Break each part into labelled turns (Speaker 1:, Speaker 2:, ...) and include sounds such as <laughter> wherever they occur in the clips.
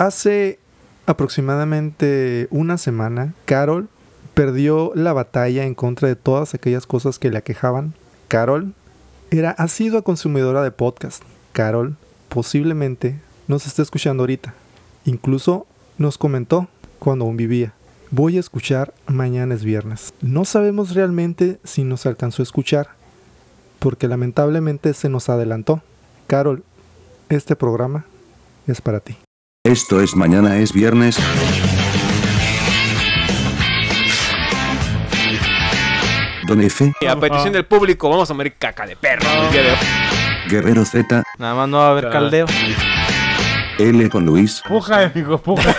Speaker 1: Hace aproximadamente una semana, Carol perdió la batalla en contra de todas aquellas cosas que le aquejaban. Carol era asidua consumidora de podcast. Carol posiblemente nos está escuchando ahorita. Incluso nos comentó cuando aún vivía. Voy a escuchar mañana es viernes. No sabemos realmente si nos alcanzó a escuchar, porque lamentablemente se nos adelantó. Carol, este programa es para ti.
Speaker 2: Esto es mañana es viernes. Don F,
Speaker 3: Y a petición del público, vamos a morir caca de perro. el día de hoy.
Speaker 2: Guerrero Z,
Speaker 4: Nada más no va a haber
Speaker 3: Ya.
Speaker 4: caldeo.
Speaker 2: L con Luis,
Speaker 5: Puja, amigo, puja.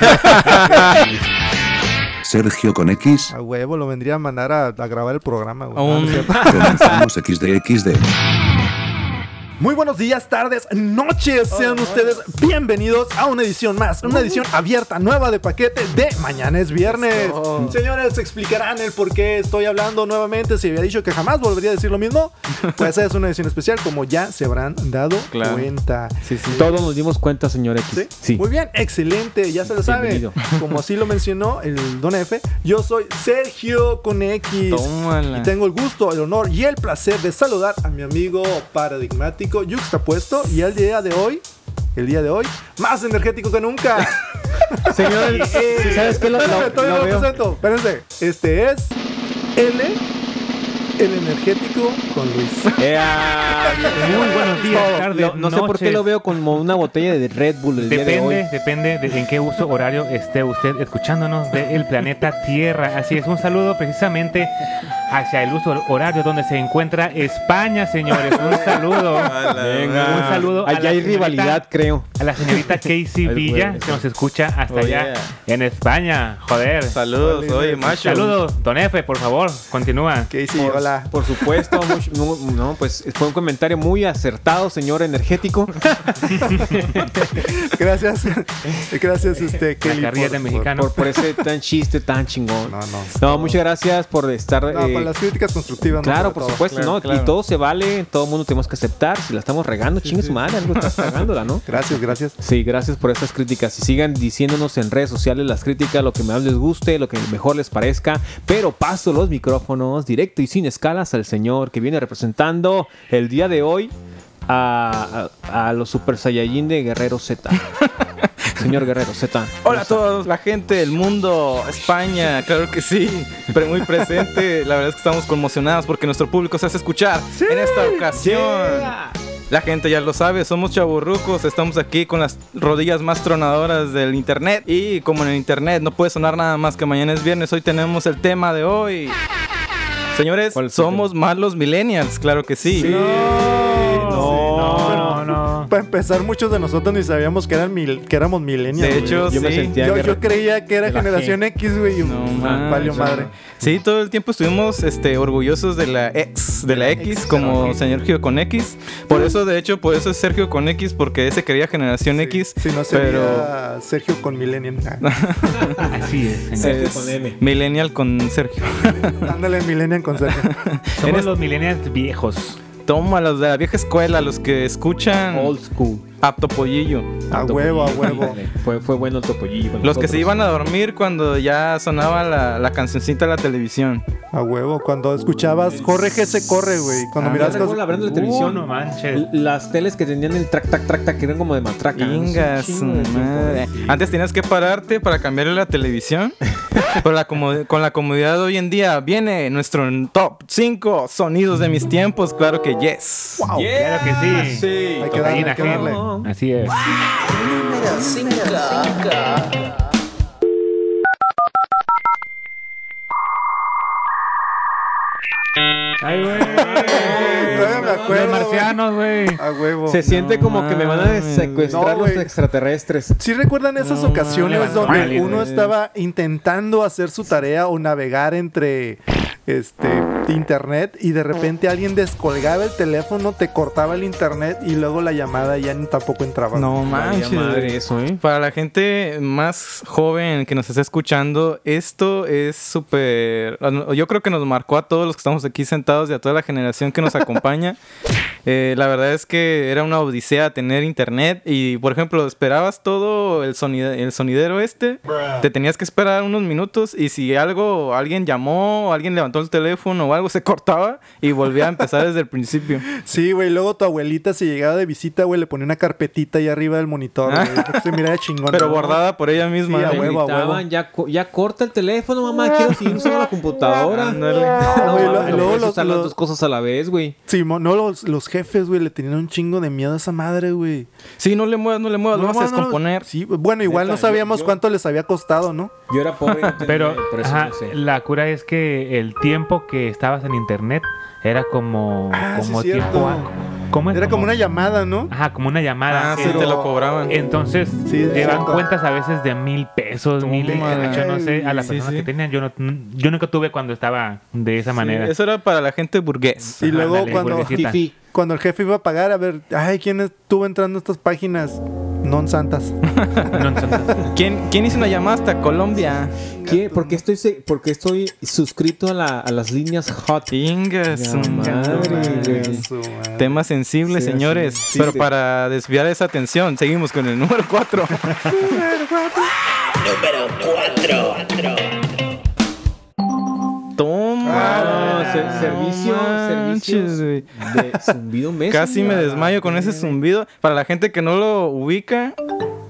Speaker 2: Sergio con X.
Speaker 1: A huevo, lo vendría a mandar a, a grabar el programa. güey.
Speaker 4: A un-
Speaker 1: Ah, no es cierto.
Speaker 2: Comenzamos XDXD.
Speaker 1: <laughs> Muy buenos días, tardes, noches. Sean ustedes bienvenidos a una edición más, una edición abierta, nueva de paquete de Mañana es Viernes. Señores, explicarán el por qué estoy hablando nuevamente. Si había dicho que jamás volvería a decir lo mismo, pues es una edición especial, como ya se habrán dado
Speaker 4: Claro.
Speaker 1: cuenta.
Speaker 4: Sí, sí.
Speaker 6: Todos nos dimos cuenta, señor X.
Speaker 1: ¿Sí?
Speaker 6: Sí.
Speaker 1: Muy bien, excelente, ya se lo sabe.
Speaker 6: Bienvenido.
Speaker 1: <laughs> Como así lo mencionó el Don F, yo soy Sergio con X.
Speaker 4: Tómala.
Speaker 1: Y tengo el gusto, el honor y el placer de saludar a mi amigo paradigmático Yuxtapuesto y el día de hoy, el día de hoy, más energético que nunca.
Speaker 6: Señor, <laughs> ¿sí ¿sabes qué? Lo, lo-
Speaker 1: Espérenme, todavía no
Speaker 6: lo
Speaker 1: lo
Speaker 6: veo.
Speaker 1: presento. Espérense, este es L, el energético con
Speaker 6: <laughs>
Speaker 1: Luis.
Speaker 5: Muy buenos días, tardes,
Speaker 6: Lo- Eh, ah, no sé por qué lo veo como una botella de Red Bull el día de
Speaker 5: Depende,
Speaker 6: hoy.
Speaker 5: depende de en qué uso horario esté usted escuchándonos del planeta Tierra. Así es, un saludo precisamente hacia el uso horario donde se encuentra España, señores. Un saludo.
Speaker 4: Venga.
Speaker 5: Un saludo. a la
Speaker 6: Ah, Allá hay
Speaker 5: señorita-
Speaker 6: rivalidad, creo.
Speaker 5: A
Speaker 6: <laughs>
Speaker 5: la señorita Casey
Speaker 6: Ay,
Speaker 5: Villa,
Speaker 6: güey.
Speaker 5: que nos escucha hasta
Speaker 4: Oh,
Speaker 5: allá en España. Joder.
Speaker 4: Saludos, oye, macho.
Speaker 5: Saludos, don Efe, por favor, continúa.
Speaker 1: ¿Qué hice?
Speaker 6: Por,
Speaker 1: Hola.
Speaker 6: por supuesto, mucho- no, no, pues fue un comentario muy acertado, señor
Speaker 5: <laughs>
Speaker 6: energético. <laughs>
Speaker 1: Gracias. Gracias, este, Kelly.
Speaker 5: carrilla de mexicano.
Speaker 6: Por, por ese tan chiste tan chingón.
Speaker 1: No,
Speaker 6: No,
Speaker 1: no.
Speaker 6: muchas gracias por estar.
Speaker 1: No,
Speaker 6: eh,
Speaker 1: para las críticas constructivas. no,
Speaker 6: Claro,
Speaker 1: sobre
Speaker 6: por
Speaker 1: todo.
Speaker 6: supuesto,
Speaker 4: claro,
Speaker 6: ¿no?
Speaker 4: claro.
Speaker 6: Y todo se vale, todo el mundo tenemos que aceptar. Si la estamos regando, chingue su madre, algo estás regándola,
Speaker 4: <laughs>
Speaker 6: ¿no?
Speaker 1: Gracias, gracias.
Speaker 6: Sí, gracias por esas críticas. Y sigan diciéndonos en redes sociales las críticas, lo que más les guste, lo que mejor les parezca. Pero paso los micrófonos directo y sin escalas al señor que viene representando el día de hoy a, a- a los Super Saiyajin de Guerrero
Speaker 4: <laughs>
Speaker 6: Z. señor Guerrero Z.
Speaker 4: Hola a todos, la gente del mundo, España, claro que sí, pero muy presente. La verdad es que estamos conmocionados porque nuestro público se hace escuchar en esta ocasión. La gente ya lo sabe, somos chaburrucos, estamos aquí con las rodillas más tronadoras del internet. Y como en el internet no puede sonar nada más que mañana es viernes, hoy tenemos el tema de hoy. Señores,
Speaker 6: ¿Cuál es el
Speaker 4: somos malos millennials, claro que sí.
Speaker 1: <laughs>
Speaker 5: No, no, no.
Speaker 1: Para empezar, muchos de nosotros ni sabíamos que, eran mil- que éramos millennials.
Speaker 4: De
Speaker 1: güey.
Speaker 4: hecho,
Speaker 6: Yo me
Speaker 4: sí.
Speaker 6: sentía
Speaker 1: yo,
Speaker 6: Guerrero-
Speaker 1: yo creía que era
Speaker 6: de la
Speaker 1: generación X, güey. y
Speaker 4: No
Speaker 1: Ah, valió
Speaker 4: manches.
Speaker 1: madre.
Speaker 4: Sí, todo el tiempo estuvimos este, orgullosos de la ex, de la X, como Sergio con X. Por eso, de hecho, por eso es Sergio con X, porque ese quería generación X.
Speaker 1: Si no
Speaker 4: pero
Speaker 1: sería Sergio con Ah, Millennium.
Speaker 5: Así es, señor.
Speaker 6: Sergio
Speaker 4: es
Speaker 6: con M.
Speaker 4: Millennial con Sergio. <laughs>
Speaker 1: Ándale, Millennium con Sergio.
Speaker 5: Somos
Speaker 4: eres-
Speaker 5: los millennials viejos.
Speaker 4: Toma los de la vieja escuela, los que escuchan
Speaker 6: Old school.
Speaker 4: apto pollillo.
Speaker 1: A huevo, a huevo.
Speaker 6: Fue, fue bueno el topollillo.
Speaker 4: Los que se iban a dormir cuando ya sonaba la, la cancioncita de la televisión.
Speaker 1: A huevo. Cuando escuchabas, corre, que se corre, güey. Cuando
Speaker 5: Ah,
Speaker 1: mirabas
Speaker 6: Luego,
Speaker 1: cosas.
Speaker 6: la verdad, la
Speaker 5: Uh,
Speaker 6: televisión. <laughs>
Speaker 5: no manches.
Speaker 6: Las teles que tenían el track, track, track, track, que eran como de matraca.
Speaker 4: Inga, su madre. Antes tenías que pararte para cambiarle la <laughs> televisión. Pero la comod- con la comodidad de hoy en día viene nuestro top 5 sonidos de mis tiempos. Claro que yes.
Speaker 1: Wow.
Speaker 5: Claro que sí.
Speaker 1: Hay que darle, hay que darle.
Speaker 5: Cocaína,
Speaker 6: gente.
Speaker 5: Así es. Ay, güey.
Speaker 1: Todavía me acuerdo,
Speaker 5: Los marcianos, güey.
Speaker 1: A huevo.
Speaker 6: Se siente como que me van a
Speaker 4: mames.
Speaker 6: secuestrar
Speaker 1: No,
Speaker 6: los
Speaker 1: güey.
Speaker 6: extraterrestres.
Speaker 1: ¿Sí recuerdan esas
Speaker 4: No,
Speaker 1: ocasiones
Speaker 5: mames.
Speaker 1: donde
Speaker 5: Vale,
Speaker 1: uno
Speaker 5: güey.
Speaker 1: estaba intentando hacer su tarea o navegar entre este internet y de repente alguien descolgaba el teléfono, te cortaba el internet y luego la llamada ya ni- tampoco entraba.
Speaker 4: No
Speaker 6: Vaya
Speaker 4: manches.
Speaker 6: madre eso, ¿eh?
Speaker 4: Para la gente más joven que nos está escuchando, esto es súper... Yo creo que nos marcó a todos los que estamos aquí sentados y a toda la generación que nos
Speaker 1: <laughs>
Speaker 4: acompaña. Eh, la verdad es que era una odisea tener internet y, por ejemplo, esperabas todo el, sonide- el sonidero este, te tenías que esperar unos minutos y si algo, alguien llamó, o alguien levantó el teléfono o algo, se cortaba y volvía a empezar desde el principio.
Speaker 1: <laughs> Sí, güey, luego tu abuelita si llegaba de visita, güey, le ponía una carpetita ahí arriba del monitor, <laughs> güey, porque se miraba chingón.
Speaker 4: Pero
Speaker 1: ¿no?
Speaker 4: bordada por ella misma.
Speaker 1: Sí, a
Speaker 4: ¿no?
Speaker 1: huevo.
Speaker 6: Gritaban, ya, co- ya corta el teléfono, mamá. Quiero seguir usando la computadora. No,
Speaker 4: <laughs> Ándale.
Speaker 1: güey,
Speaker 6: mames,
Speaker 1: lo-
Speaker 6: no
Speaker 1: luego
Speaker 6: puedes
Speaker 1: lo-
Speaker 6: usar las
Speaker 1: lo-
Speaker 6: dos cosas a la vez, güey.
Speaker 1: Sí, mo- no, los, los jefes, güey, le tenían un chingo de miedo a esa madre, güey.
Speaker 4: Sí, no le muevas, no le muevas, Pues lo
Speaker 1: No,
Speaker 4: vas a
Speaker 1: no, no.
Speaker 4: descomponer.
Speaker 1: Sí, bueno, igual
Speaker 6: Neta,
Speaker 1: no sabíamos
Speaker 6: yo- yo-
Speaker 1: cuánto les había costado, ¿no?
Speaker 6: Yo era pobre. y no tenía,
Speaker 5: Pero
Speaker 6: por eso
Speaker 5: ajá,
Speaker 6: no sé.
Speaker 5: la cura es que el tiempo que estabas en internet era como,
Speaker 1: Ah, sí,
Speaker 5: como
Speaker 1: cierto.
Speaker 5: tiempo. ¿cómo es?
Speaker 1: Era como una llamada, ¿no?
Speaker 5: Ajá, como una llamada.
Speaker 4: Ah, sí,
Speaker 5: Pero-
Speaker 4: te lo cobraban.
Speaker 5: Entonces,
Speaker 1: Sí, es
Speaker 5: llevan
Speaker 1: cierto.
Speaker 5: cuentas a veces de mil pesos, mil y
Speaker 1: madre.
Speaker 5: cacho, no sé, a las
Speaker 4: Sí,
Speaker 5: personas
Speaker 4: sí.
Speaker 5: que tenían. Yo, no, yo nunca tuve cuando estaba de esa manera.
Speaker 4: Sí, eso era para la gente burgués.
Speaker 1: Y luego cuando-
Speaker 5: burguesita.
Speaker 6: Fifi.
Speaker 1: Cuando el jefe iba a pagar, a ver, ay, ¿quién estuvo entrando a estas páginas? Non
Speaker 4: <laughs>
Speaker 1: santas.
Speaker 5: No, entonces,
Speaker 4: ¿Quién, quién hizo una llamada hasta Colombia?
Speaker 6: ¿Qué? ¿Por qué estoy, se- por qué estoy suscrito a, la- a las líneas hot?
Speaker 4: Chingas.
Speaker 6: Ya
Speaker 4: un-
Speaker 6: madre, güey.
Speaker 4: Tema sensible,
Speaker 6: Sí,
Speaker 4: señores.
Speaker 6: sí, sí,
Speaker 4: Pero
Speaker 6: sí.
Speaker 4: para desviar esa atención, seguimos con el número
Speaker 6: <laughs>
Speaker 4: 4. Toma.
Speaker 6: Ah, no, se- servicio, servicios
Speaker 4: güey.
Speaker 6: De zumbido mes.
Speaker 4: Casi me desmayo con ese zumbido. Para la gente que no lo ubica,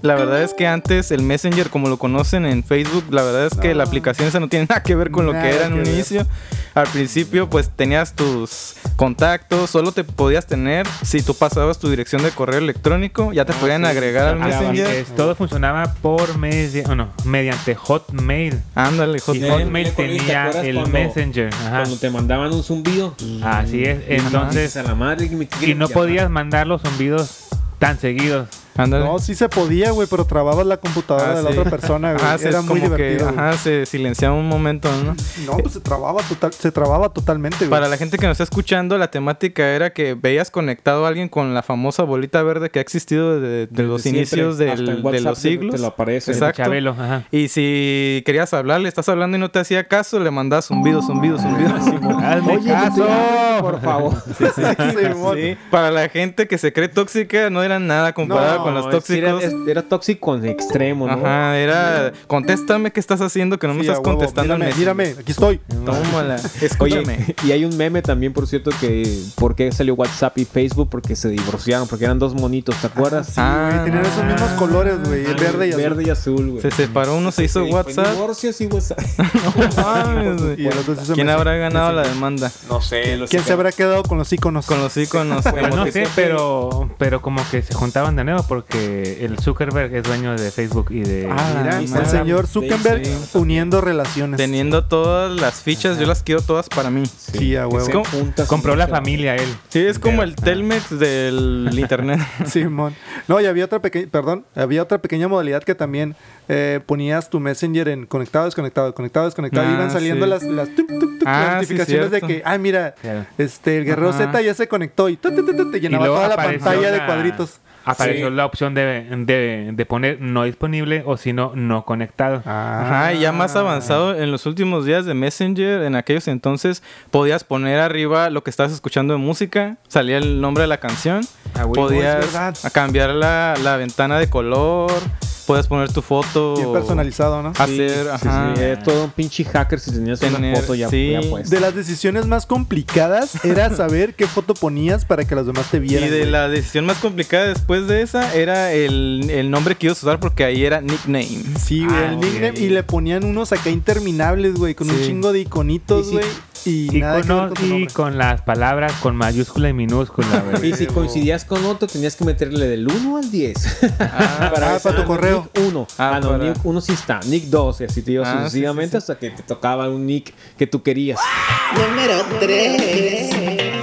Speaker 4: la verdad es que antes el Messenger, como lo conocen en Facebook, la verdad es que la aplicación esa no tiene <laughs> nada que ver con lo que
Speaker 1: Ah. Nada
Speaker 4: era en
Speaker 1: que
Speaker 4: un
Speaker 1: ver.
Speaker 4: inicio. Al principio, pues tenías tus contactos, solo te podías tener si tú pasabas tu dirección de correo electrónico, ya te podían agregar al
Speaker 5: ah, así
Speaker 4: Messenger.
Speaker 5: es, todo funcionaba por medio, oh, no, mediante Hotmail.
Speaker 4: Ándale,
Speaker 5: Y
Speaker 4: Hotmail.
Speaker 5: Hotmail
Speaker 6: ¿Te
Speaker 5: tenía
Speaker 6: acuerdas
Speaker 5: el
Speaker 6: cuando-
Speaker 5: Messenger. Ajá.
Speaker 6: Cuando te mandaban un zumbido.
Speaker 5: Así es, entonces,
Speaker 6: a la madre que me
Speaker 5: y
Speaker 6: quieren
Speaker 5: no
Speaker 6: llamar.
Speaker 5: podías mandar los zumbidos tan seguidos.
Speaker 4: Ándale.
Speaker 1: No, sí se podía, güey, pero trababas la computadora
Speaker 4: Ah,
Speaker 1: de la
Speaker 4: sí.
Speaker 1: otra
Speaker 4: <laughs>
Speaker 1: persona, güey.
Speaker 4: Ajá, se-
Speaker 1: Era muy
Speaker 4: como que,
Speaker 1: divertido. güey.
Speaker 4: ajá, se silenciaba un momento, ¿no?
Speaker 1: No, pues se trababa, total, se trababa totalmente, güey.
Speaker 4: Para la gente que nos está escuchando, la temática era que veías conectado a alguien con la famosa bolita verde que ha existido desde, de los
Speaker 6: siempre,
Speaker 4: inicios del-
Speaker 6: hasta en
Speaker 4: de
Speaker 6: WhatsApp
Speaker 4: los
Speaker 6: te-
Speaker 4: siglos.
Speaker 6: te lo aparece.
Speaker 5: Exacto.
Speaker 4: Exacto.
Speaker 5: Chabelo, ajá.
Speaker 4: Y si querías hablar, le estás hablando y no te hacía caso, le mandabas zumbido, zumbido,
Speaker 6: Ah,
Speaker 4: zumbido.
Speaker 5: Hazme
Speaker 6: Oye,
Speaker 5: caso.
Speaker 6: por favor.
Speaker 1: <laughs> Simón.
Speaker 4: <laughs> Sí. Para la gente que se cree tóxica, no era nada comparado
Speaker 1: No,
Speaker 4: con los
Speaker 6: es que era-
Speaker 4: tóxicos.
Speaker 6: es- Era, tóxico en extremo, ¿no?
Speaker 4: Ajá, era contéstame qué estás haciendo, que no me
Speaker 1: Sí, a
Speaker 4: estás
Speaker 1: huevo.
Speaker 4: contestando. al
Speaker 1: Mírame,
Speaker 4: Messenger".
Speaker 1: mírame, aquí estoy.
Speaker 4: Tómala, escúchame.
Speaker 6: <laughs> Oye, <laughs> y hay un meme también, por cierto, que por qué salió WhatsApp y Facebook, porque se divorciaron, porque eran dos monitos, ¿te
Speaker 4: Ah,
Speaker 6: acuerdas?
Speaker 1: Güey, tenían esos mismos colores, güey, el verde y azul.
Speaker 6: Verde y azul, güey.
Speaker 4: se separó uno, se hizo
Speaker 6: Sí,
Speaker 4: WhatsApp.
Speaker 6: Divorcios y WhatsApp.
Speaker 4: <laughs> No mames, güey.
Speaker 1: Y el otro sí se
Speaker 4: ¿Quién
Speaker 1: me-
Speaker 4: habrá ganado la demanda?
Speaker 1: ¿Quién se habrá quedado con los iconos?
Speaker 4: Con los <laughs> iconos.
Speaker 5: Pues no sé,
Speaker 4: emoticones.
Speaker 5: pero, pero como que se juntaban de nuevo porque el Zuckerberg es dueño de Facebook y de...
Speaker 4: Ah,
Speaker 1: Mira,
Speaker 4: Instagram,
Speaker 1: el señor Zuckerberg
Speaker 6: sí.
Speaker 1: uniendo relaciones.
Speaker 4: Teniendo todas las fichas, yo las quiero todas para mí.
Speaker 1: Sí, a huevo.
Speaker 4: Es como-
Speaker 6: Juntas
Speaker 5: compró
Speaker 6: y
Speaker 5: la
Speaker 6: muchas-
Speaker 5: familia él.
Speaker 4: Sí, es como
Speaker 1: Ah.
Speaker 4: el Telmex del internet.
Speaker 1: <laughs> Simón. No, y había otra pequeña, perdón, había otra pequeña modalidad que también eh, ponías tu Messenger en conectado, desconectado, conectado, desconectado.
Speaker 4: Ah,
Speaker 1: y iban saliendo
Speaker 4: sí.
Speaker 1: las, las, tup, tup, tup,
Speaker 4: Ah, sí,
Speaker 1: notificaciones de
Speaker 4: cierto.
Speaker 1: que, ah, mira,
Speaker 5: Claro.
Speaker 1: este, el guerrero
Speaker 4: Ajá.
Speaker 1: Z ya se conectó y tu, tu, tu, tu, te llenaba toda la
Speaker 5: apareció
Speaker 1: pantalla de
Speaker 5: la-
Speaker 1: cuadritos.
Speaker 5: Apareció
Speaker 6: Sí.
Speaker 5: la opción de, de, de poner no disponible o si no, no conectado.
Speaker 1: Ah.
Speaker 4: Ajá, y ya más avanzado en los últimos días de Messenger, en aquellos entonces podías poner arriba lo que estabas escuchando de música, salía el nombre de la canción,
Speaker 5: Ah, güey,
Speaker 1: no,
Speaker 4: podías
Speaker 1: es verdad.
Speaker 4: a cambiar la, la ventana de color, podías poner tu foto.
Speaker 1: Bien personalizado, ¿no?
Speaker 6: Sí,
Speaker 4: Hacer,
Speaker 6: sí,
Speaker 4: ajá.
Speaker 6: sí, era todo un pinche hacker si tenías una
Speaker 4: Tener-
Speaker 6: foto ya,
Speaker 4: sí.
Speaker 6: ya puesta.
Speaker 1: De las decisiones más complicadas era saber qué foto ponías para que los demás te
Speaker 4: Y
Speaker 1: vieran.
Speaker 4: de
Speaker 1: güey.
Speaker 4: la decisión más complicada después de esa era el, el nombre que ibas a usar porque ahí era nickname.
Speaker 1: Sí, güey,
Speaker 5: Ah,
Speaker 1: el
Speaker 5: ok.
Speaker 1: nickname. Y le ponían unos acá interminables, güey, con un
Speaker 4: Sí.
Speaker 1: chingo de
Speaker 6: Y
Speaker 1: iconitos,
Speaker 6: sí.
Speaker 1: güey. Y, nada que ver
Speaker 5: Iconos
Speaker 1: con tu
Speaker 5: y
Speaker 1: nombre.
Speaker 5: con las palabras con mayúscula y minúscula.
Speaker 6: <laughs>
Speaker 5: güey.
Speaker 6: Y si coincidías con otro, tenías que meterle del 1 al <laughs> 10.
Speaker 1: ah,
Speaker 6: decir,
Speaker 1: para tu correo.
Speaker 6: Nick 1. Ah,
Speaker 4: Ah,
Speaker 6: no,
Speaker 4: para-
Speaker 6: Nick 1 sí está. Nick 2. Y así te ibas
Speaker 4: Ah, sí,
Speaker 6: sucesivamente hasta que te tocaba un nick que tú querías.
Speaker 1: Ah,
Speaker 7: Número 3.
Speaker 1: <laughs>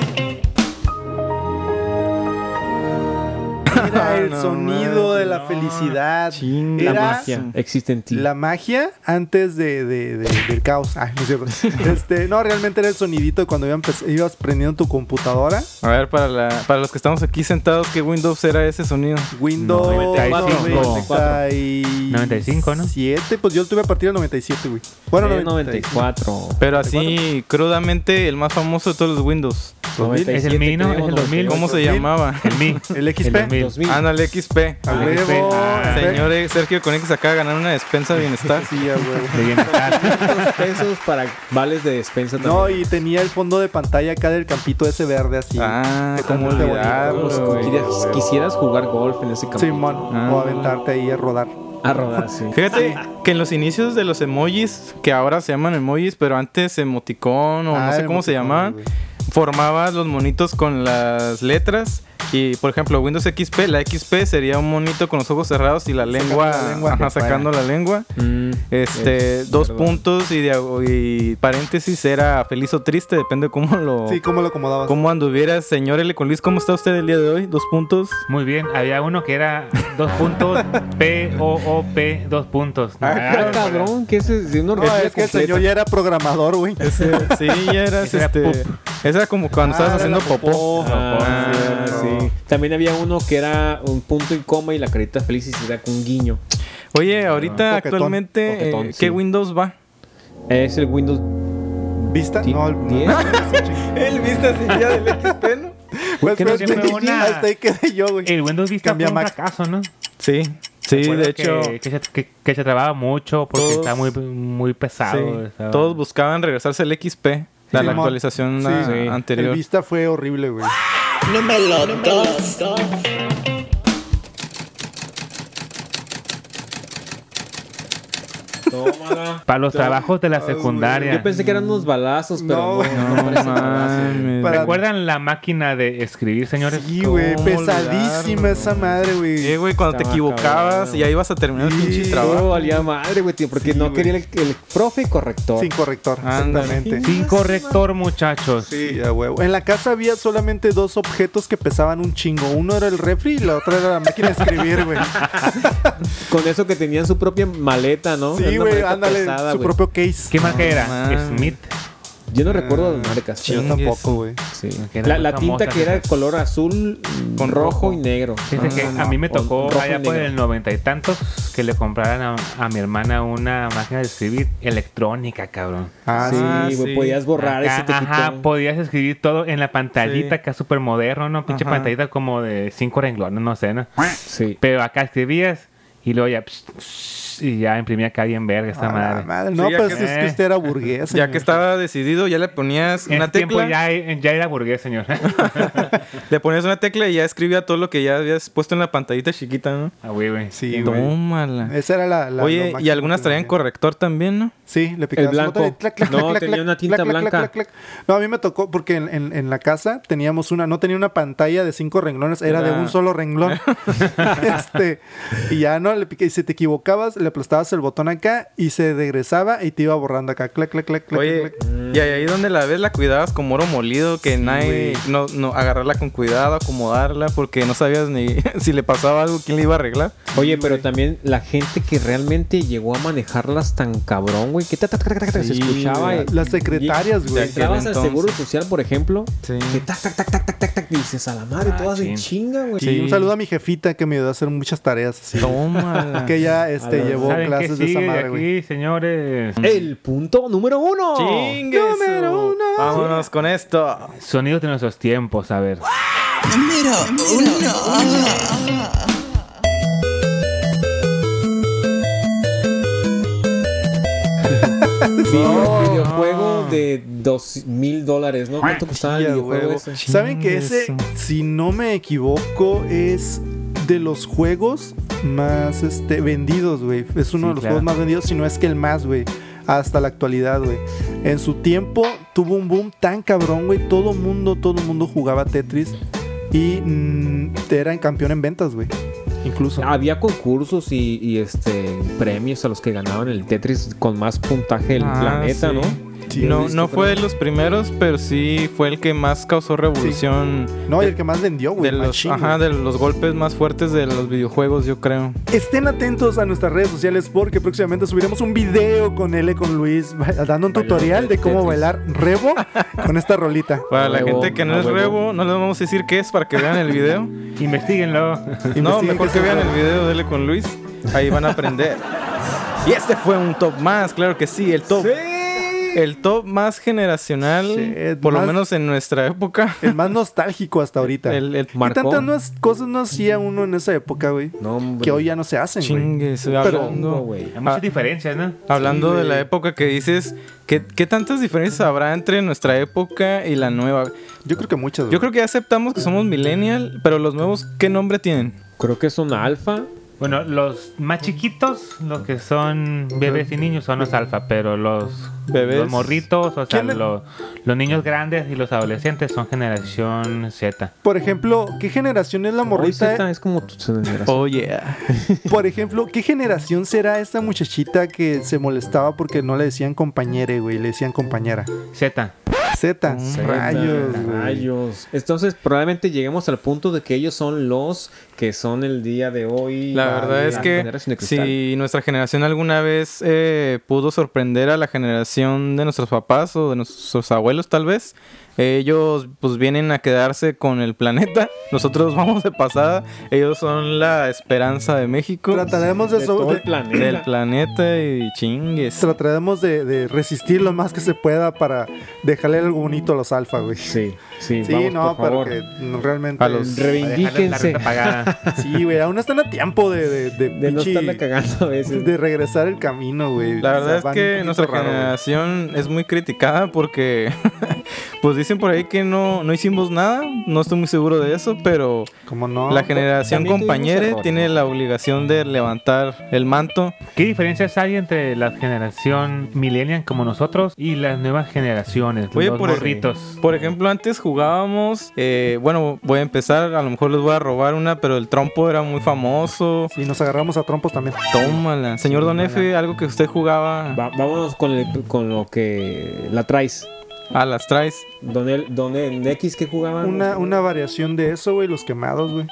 Speaker 1: era el
Speaker 4: no,
Speaker 1: sonido de la
Speaker 5: no.
Speaker 1: felicidad.
Speaker 4: Chin,
Speaker 1: era
Speaker 6: La magia existe en ti.
Speaker 1: la magia antes de, de- de- del caos. Ah, no es cierto. Este, no, realmente era el sonidito de cuando iba empe- ibas prendiendo tu computadora.
Speaker 4: A ver, para, la- para los que estamos aquí sentados, ¿qué Windows era ese sonido?
Speaker 1: Windows
Speaker 5: 95.
Speaker 1: 95,
Speaker 5: 95, ¿no?
Speaker 1: 7, pues yo lo tuve a partir del 97, güey. Bueno,
Speaker 6: Eh,
Speaker 1: 94.
Speaker 6: 94.
Speaker 4: Pero así, crudamente, el más famoso de todos los Windows.
Speaker 6: 97,
Speaker 5: Es el Mino, es el 2000.
Speaker 4: ¿Cómo se
Speaker 1: 2000?
Speaker 4: llamaba?
Speaker 5: El Mi.
Speaker 1: El XP.
Speaker 5: El 2000.
Speaker 6: 2000.
Speaker 4: Ándale, XP.
Speaker 1: A
Speaker 5: Ah,
Speaker 1: huevo.
Speaker 5: ah,
Speaker 1: Fer-
Speaker 4: Señores, Sergio Conix acaba de ganar una despensa de bienestar.
Speaker 1: Sí, a huevo.
Speaker 5: De bienestar.
Speaker 6: 200 <laughs> pesos para vales de despensa también.
Speaker 1: No, y tenía el fondo de pantalla acá del campito ese verde así.
Speaker 4: Ah, cómo
Speaker 1: Totalmente
Speaker 4: olvidarlo.
Speaker 1: bonito.
Speaker 4: güey.
Speaker 6: Pues, quisieras, quisieras jugar golf en ese campo.
Speaker 1: Simón,
Speaker 4: Ah.
Speaker 1: o aventarte ahí a rodar.
Speaker 6: A
Speaker 1: <laughs>
Speaker 6: rodar, sí.
Speaker 4: Fíjate que en los inicios de los emojis, que ahora se llaman emojis, pero antes emoticón o no
Speaker 1: Ah,
Speaker 4: sé
Speaker 1: el
Speaker 4: cómo se
Speaker 1: emoticón,
Speaker 4: llamaban,
Speaker 1: güey.
Speaker 4: formabas los monitos con las letras. Y por ejemplo, Windows XP, la XP sería un monito con los ojos cerrados y la lengua,
Speaker 1: la lengua
Speaker 4: ajá,
Speaker 1: para fuera.
Speaker 4: sacando la lengua.
Speaker 6: Mm,
Speaker 4: Este,
Speaker 6: es-
Speaker 4: dos
Speaker 6: perdón.
Speaker 4: puntos y, diago- y paréntesis era feliz o triste, depende cómo lo
Speaker 1: Sí, ¿cómo lo acomodabas?
Speaker 4: cómo anduvieras. Señor L. con Luis, ¿cómo está usted el día de hoy? Dos puntos.
Speaker 5: Muy bien, había uno que era dos
Speaker 1: <laughs>
Speaker 5: puntos P O O P dos puntos.
Speaker 6: Ah, cabrón, que ese es de una
Speaker 1: No, es
Speaker 6: orquesta
Speaker 1: que el
Speaker 6: completa.
Speaker 1: señor ya era programador, güey.
Speaker 4: Sí, ya eras
Speaker 5: Ese era
Speaker 4: este.
Speaker 5: pup.
Speaker 4: Esa como cuando
Speaker 1: Ah,
Speaker 4: estabas
Speaker 1: era
Speaker 4: haciendo
Speaker 1: la
Speaker 4: popó.
Speaker 1: popó.
Speaker 6: Ah,
Speaker 4: Ah,
Speaker 6: sí. También había uno que era un punto y coma y la carita feliz y se da con un guiño.
Speaker 4: Oye, ahorita
Speaker 1: Coquetón.
Speaker 4: actualmente, eh,
Speaker 6: Coquetón,
Speaker 4: ¿qué
Speaker 6: sí.
Speaker 4: Windows va?
Speaker 6: Es el Windows
Speaker 1: ¿Vista?
Speaker 6: ti-
Speaker 1: No, el- <laughs>
Speaker 6: 10.
Speaker 4: El Vista sería del XP, ¿no?
Speaker 1: Pues,
Speaker 6: que no
Speaker 1: pues,
Speaker 5: siempre
Speaker 1: <laughs>
Speaker 5: una-
Speaker 1: Hasta ahí quedé yo, güey.
Speaker 5: El Windows Vista
Speaker 1: Cambia
Speaker 5: fue un
Speaker 1: Mac.
Speaker 5: fracaso, ¿no?
Speaker 4: Sí, sí,
Speaker 5: Recuerdo
Speaker 4: de
Speaker 5: que-
Speaker 4: hecho.
Speaker 5: Que, se, que- que se trababa mucho porque
Speaker 4: Todos-
Speaker 5: estaba muy, muy
Speaker 4: sí,
Speaker 5: pesado. estaba-
Speaker 4: todos buscaban regresarse al XP. La, la
Speaker 1: Simón.
Speaker 4: actualización la
Speaker 1: Sí. El
Speaker 4: anterior.
Speaker 1: Vista fue horrible, güey.
Speaker 6: Tómala.
Speaker 5: Para los trabajos de la
Speaker 6: Yo
Speaker 5: secundaria.
Speaker 6: pensé que eran unos balazos,
Speaker 1: No,
Speaker 6: pero no.
Speaker 1: güey.
Speaker 6: no, parece balazo.
Speaker 4: mames.
Speaker 1: Para-
Speaker 5: ¿Recuerdan la máquina de escribir, señores?
Speaker 1: Sí, güey,
Speaker 4: ¿Cómo
Speaker 1: pesadísima
Speaker 4: olvidarlo?
Speaker 1: esa madre,
Speaker 4: Sí,
Speaker 1: güey.
Speaker 4: güey, cuando te
Speaker 6: Estaba
Speaker 4: equivocabas
Speaker 6: cabrón.
Speaker 4: y ya ibas a terminar el
Speaker 1: Sí.
Speaker 4: pinche
Speaker 6: Todo
Speaker 4: trabajo.
Speaker 6: valía madre, güey, tío, porque
Speaker 1: Sí,
Speaker 6: no
Speaker 1: güey.
Speaker 6: quería el, el profe corrector.
Speaker 1: Sin corrector,
Speaker 4: Ándale.
Speaker 1: exactamente.
Speaker 5: Sin corrector, muchachos.
Speaker 1: Sí, a huevo. En la casa había solamente dos objetos que pesaban un chingo. Uno era el refri y la otra era la máquina de escribir,
Speaker 4: <laughs>
Speaker 1: güey.
Speaker 6: Con eso que tenían su propia maleta, ¿no? Era
Speaker 1: Sí,
Speaker 6: una
Speaker 1: güey,
Speaker 6: maleta
Speaker 1: ándale,
Speaker 6: pesada,
Speaker 1: su
Speaker 6: güey.
Speaker 1: propio case.
Speaker 5: ¿Qué marca era?
Speaker 4: mames.
Speaker 5: Smith.
Speaker 6: Yo no recuerdo las marcas.
Speaker 1: Yo
Speaker 6: pero-
Speaker 1: tampoco, güey.
Speaker 6: Sí.
Speaker 5: Ah, Que
Speaker 6: La,
Speaker 5: eran
Speaker 6: la
Speaker 5: muy
Speaker 6: tinta
Speaker 5: famosas
Speaker 6: que era
Speaker 5: esas.
Speaker 6: color azul con
Speaker 4: Con
Speaker 6: rojo
Speaker 4: rojo.
Speaker 6: y negro. Ah,
Speaker 5: Fíjate que a mí me
Speaker 6: O
Speaker 5: tocó
Speaker 6: rojo y
Speaker 5: allá por
Speaker 6: negro.
Speaker 5: el noventa y tantos que le compraran a, a mi hermana una máquina de escribir electrónica, cabrón.
Speaker 1: Ah, sí.
Speaker 4: Ah,
Speaker 6: sí, güey,
Speaker 4: sí.
Speaker 6: podías borrar
Speaker 5: Acá,
Speaker 6: ese te
Speaker 5: ajá,
Speaker 6: quitó.
Speaker 5: podías escribir todo en la pantallita,
Speaker 4: Sí.
Speaker 5: acá súper moderno, ¿no? Pinche
Speaker 4: Ajá.
Speaker 5: pantallita como de cinco renglones, no sé, ¿no?
Speaker 6: Sí.
Speaker 5: Pero acá escribías y luego ya... pss, pss, y ya imprimía acá bien verga esta
Speaker 1: Ah,
Speaker 5: madre.
Speaker 1: madre. No,
Speaker 4: Sí, ya
Speaker 1: pues
Speaker 4: que- eh.
Speaker 1: es que usted era burgués.
Speaker 4: Ya que
Speaker 1: señor.
Speaker 4: estaba decidido, ya le ponías
Speaker 5: En
Speaker 4: una
Speaker 5: ese tiempo
Speaker 4: tecla.
Speaker 5: ya, ya era burgués, señor.
Speaker 4: Le ponías una tecla y ya escribía todo lo que ya habías puesto en la pantallita chiquita, ¿no?
Speaker 5: ah, güey, güey.
Speaker 1: Sí, güey.
Speaker 4: Tómala.
Speaker 1: Esa era la. la- lo
Speaker 4: Oye, y
Speaker 1: máximo
Speaker 4: algunas
Speaker 1: que
Speaker 4: traían
Speaker 1: tenía.
Speaker 4: corrector también, ¿no?
Speaker 1: Sí, le picabas
Speaker 6: El
Speaker 1: un botón y
Speaker 6: blanco. No, tenía una tinta blanca.
Speaker 1: No, a mí me tocó porque en, en- en la casa teníamos una, no tenía una pantalla de cinco renglones, era de
Speaker 4: Era-
Speaker 1: un solo renglón. <laughs> este, y ya no, le piqué, y si te equivocabas, le aplastabas el botón acá y se regresaba y te iba borrando acá. Clac, clac, clac, clac,
Speaker 4: Oye,
Speaker 1: clac.
Speaker 4: y ahí donde la ves la cuidabas como oro molido, que nadie, no, no, agarrarla con cuidado, acomodarla, porque no sabías ni <laughs> si le pasaba algo, quién le iba a arreglar.
Speaker 6: Oye, pero también la gente que realmente llegó a manejarlas tan cabrón, güey, que ta, ta, ta, ta, ta, ta, se
Speaker 4: Sí,
Speaker 6: escuchaba.
Speaker 1: güey.
Speaker 6: eh,
Speaker 1: Las secretarias,
Speaker 6: y-
Speaker 1: güey.
Speaker 6: y Entrabas al
Speaker 4: Entonces.
Speaker 6: Seguro Social, por ejemplo,
Speaker 4: Sí.
Speaker 6: que tac, tac, tac, tac, tac, tac, tac, dices a la madre,
Speaker 5: Ah,
Speaker 6: todas en
Speaker 5: chin.
Speaker 6: chinga, güey.
Speaker 1: Sí, un saludo a mi jefita que me ayudó a hacer muchas tareas. así,
Speaker 4: Tómala.
Speaker 1: <laughs> que ella este,
Speaker 6: A ver,
Speaker 1: llevó
Speaker 5: ¿Saben qué
Speaker 1: clases de esa
Speaker 5: sigue de
Speaker 1: madre, güey.
Speaker 5: aquí, señores?
Speaker 6: El punto número uno.
Speaker 4: Chingue su-
Speaker 1: Número uno.
Speaker 4: Vámonos con esto.
Speaker 5: Sonidos de nuestros tiempos, a ver.
Speaker 6: Video- videojuego de dos mil dólares, ¿no? ¿Cuánto costaba el
Speaker 1: Ya,
Speaker 6: videojuego
Speaker 1: huevo.
Speaker 6: ese?
Speaker 1: ¿Saben que
Speaker 4: Chingue
Speaker 1: ese,
Speaker 4: su-
Speaker 1: si no me equivoco, es de los juegos más este, vendidos, güey? Es uno
Speaker 5: Sí,
Speaker 1: de los
Speaker 5: claro.
Speaker 1: juegos más vendidos, si no es que el más, güey. Hasta la actualidad, güey. En su tiempo tuvo un boom tan cabrón, güey. Todo mundo, todo mundo jugaba Tetris. Y mm, eran campeón en ventas, güey. Incluso.
Speaker 4: Ah,
Speaker 6: Había concursos y, y, este premios a los que ganaban el Tetris con más puntaje del
Speaker 4: Ah,
Speaker 6: planeta,
Speaker 4: sí.
Speaker 6: ¿no?
Speaker 4: No, no fue de los primeros, pero sí fue el que más causó revolución.
Speaker 1: No, y
Speaker 4: de-
Speaker 1: el que más vendió, güey.
Speaker 4: de los,
Speaker 1: machín,
Speaker 4: ajá,
Speaker 1: güey.
Speaker 4: de los golpes más fuertes de los videojuegos, yo creo.
Speaker 1: Estén atentos a nuestras redes sociales porque próximamente subiremos un video con L con Luis <laughs> ba- dando un tutorial de cómo bailar rebo con esta rolita.
Speaker 4: Para la
Speaker 6: Huevo,
Speaker 4: gente que
Speaker 6: a
Speaker 4: no es
Speaker 6: huevo.
Speaker 4: rebo, no les vamos a decir qué es para que vean
Speaker 1: <laughs>
Speaker 4: el video.
Speaker 5: Investíguenlo.
Speaker 4: no,
Speaker 1: Investiguen
Speaker 4: mejor
Speaker 1: qué
Speaker 4: que
Speaker 1: es
Speaker 4: vean el
Speaker 1: rebo.
Speaker 4: video, dele con Luis. Ahí van a aprender. y este fue un top más, claro que sí, el top. El top más generacional,
Speaker 1: Shit,
Speaker 4: por lo
Speaker 1: más-
Speaker 4: menos en
Speaker 1: <laughs>
Speaker 4: nuestra época.
Speaker 1: El más nostálgico hasta ahorita.
Speaker 4: El, el
Speaker 1: ¿Qué
Speaker 6: Marcó.
Speaker 1: tantas nuevas cosas no hacía uno en esa época, güey?
Speaker 6: No, hombre.
Speaker 1: Que hoy ya no se hacen, güey.
Speaker 4: chingue, se-
Speaker 1: Pero-
Speaker 4: hablando,
Speaker 6: No, güey.
Speaker 5: Hay muchas
Speaker 4: Ah.
Speaker 5: diferencias, ¿no?
Speaker 4: Hablando de la época que dices, ¿qué, qué tantas diferencias habrá entre nuestra época y la nueva?
Speaker 1: Yo creo que muchas, güey.
Speaker 4: Yo creo que ya aceptamos que somos millennial, pero los nuevos, ¿qué nombre tienen?
Speaker 6: Creo que son alfa.
Speaker 5: Bueno, los más chiquitos, los que son bebés y niños, son los alfa, pero los,
Speaker 4: Bebés.
Speaker 5: los morritos, o sea,
Speaker 1: ¿Quién le-
Speaker 5: los, los niños grandes y los adolescentes son generación Z.
Speaker 1: Por ejemplo, ¿qué generación es la
Speaker 6: Hoy sí
Speaker 1: morrita? ¿eh?
Speaker 6: está, es como tu generación.
Speaker 4: Oh, yeah.
Speaker 1: Por ejemplo, ¿qué generación será esta muchachita que se molestaba porque no le decían compañere, güey? Le decían compañera.
Speaker 5: Z.
Speaker 1: Z.
Speaker 6: Zeta,
Speaker 1: Rayos, güey.
Speaker 6: rayos. Entonces, probablemente lleguemos al punto de que ellos son los que son el día de hoy.
Speaker 4: La verdad es
Speaker 6: generación de
Speaker 4: que
Speaker 6: cristal.
Speaker 4: si nuestra generación alguna vez eh, pudo sorprender a la generación de nuestros papás o de nuestros abuelos tal vez, ellos pues vienen a quedarse con el planeta, <laughs> nosotros vamos de pasada, ellos son la esperanza de México,
Speaker 1: Trataremos de,
Speaker 6: de
Speaker 1: sobre-
Speaker 6: todo el
Speaker 1: de-
Speaker 6: planeta.
Speaker 4: del planeta y chingues.
Speaker 1: trataremos de, de resistir lo más que se pueda para dejarle algo bonito a los alfa, güey.
Speaker 6: Sí, sí,
Speaker 1: Sí,
Speaker 6: vamos,
Speaker 1: no,
Speaker 6: por
Speaker 1: pero
Speaker 6: favor.
Speaker 1: que no, realmente.
Speaker 4: A los-
Speaker 5: Dejarles la
Speaker 6: Reivindíquense.
Speaker 5: renta pagada.
Speaker 1: Sí, güey, aún están a tiempo de. De, de
Speaker 6: De no
Speaker 1: pinche-
Speaker 6: estarla cagando a veces.
Speaker 1: de regresar el camino, güey. O
Speaker 4: La
Speaker 1: sea,
Speaker 4: verdad
Speaker 1: van
Speaker 4: es
Speaker 1: un
Speaker 4: que
Speaker 1: poquito
Speaker 4: nuestra
Speaker 1: raro, güey.
Speaker 4: generación es muy criticada porque <laughs> pues dicen por ahí que no, no hicimos nada, no estoy muy seguro de eso, pero
Speaker 1: ¿Cómo Ah, no?
Speaker 4: La generación
Speaker 6: También tuvimos
Speaker 4: compañera
Speaker 6: errores,
Speaker 4: tiene la obligación de levantar el manto.
Speaker 5: ¿Qué diferencias hay entre la generación millennial como nosotros y las nuevas generaciones,
Speaker 4: Oye,
Speaker 5: los
Speaker 4: por-
Speaker 5: morritos?
Speaker 4: Por ejemplo, antes jugábamos, eh, bueno, voy a empezar, a lo mejor les voy a robar una, pero el trompo era muy famoso.
Speaker 1: Sí, nos agarramos a trompos también.
Speaker 4: Tómala. Señor Don Efe, algo que usted jugaba
Speaker 6: Va- vámonos con, el- con lo que la traes.
Speaker 4: a las traes.
Speaker 6: Don, el, don el X que jugaban.
Speaker 1: Una, una variación de eso, güey, los quemados, güey.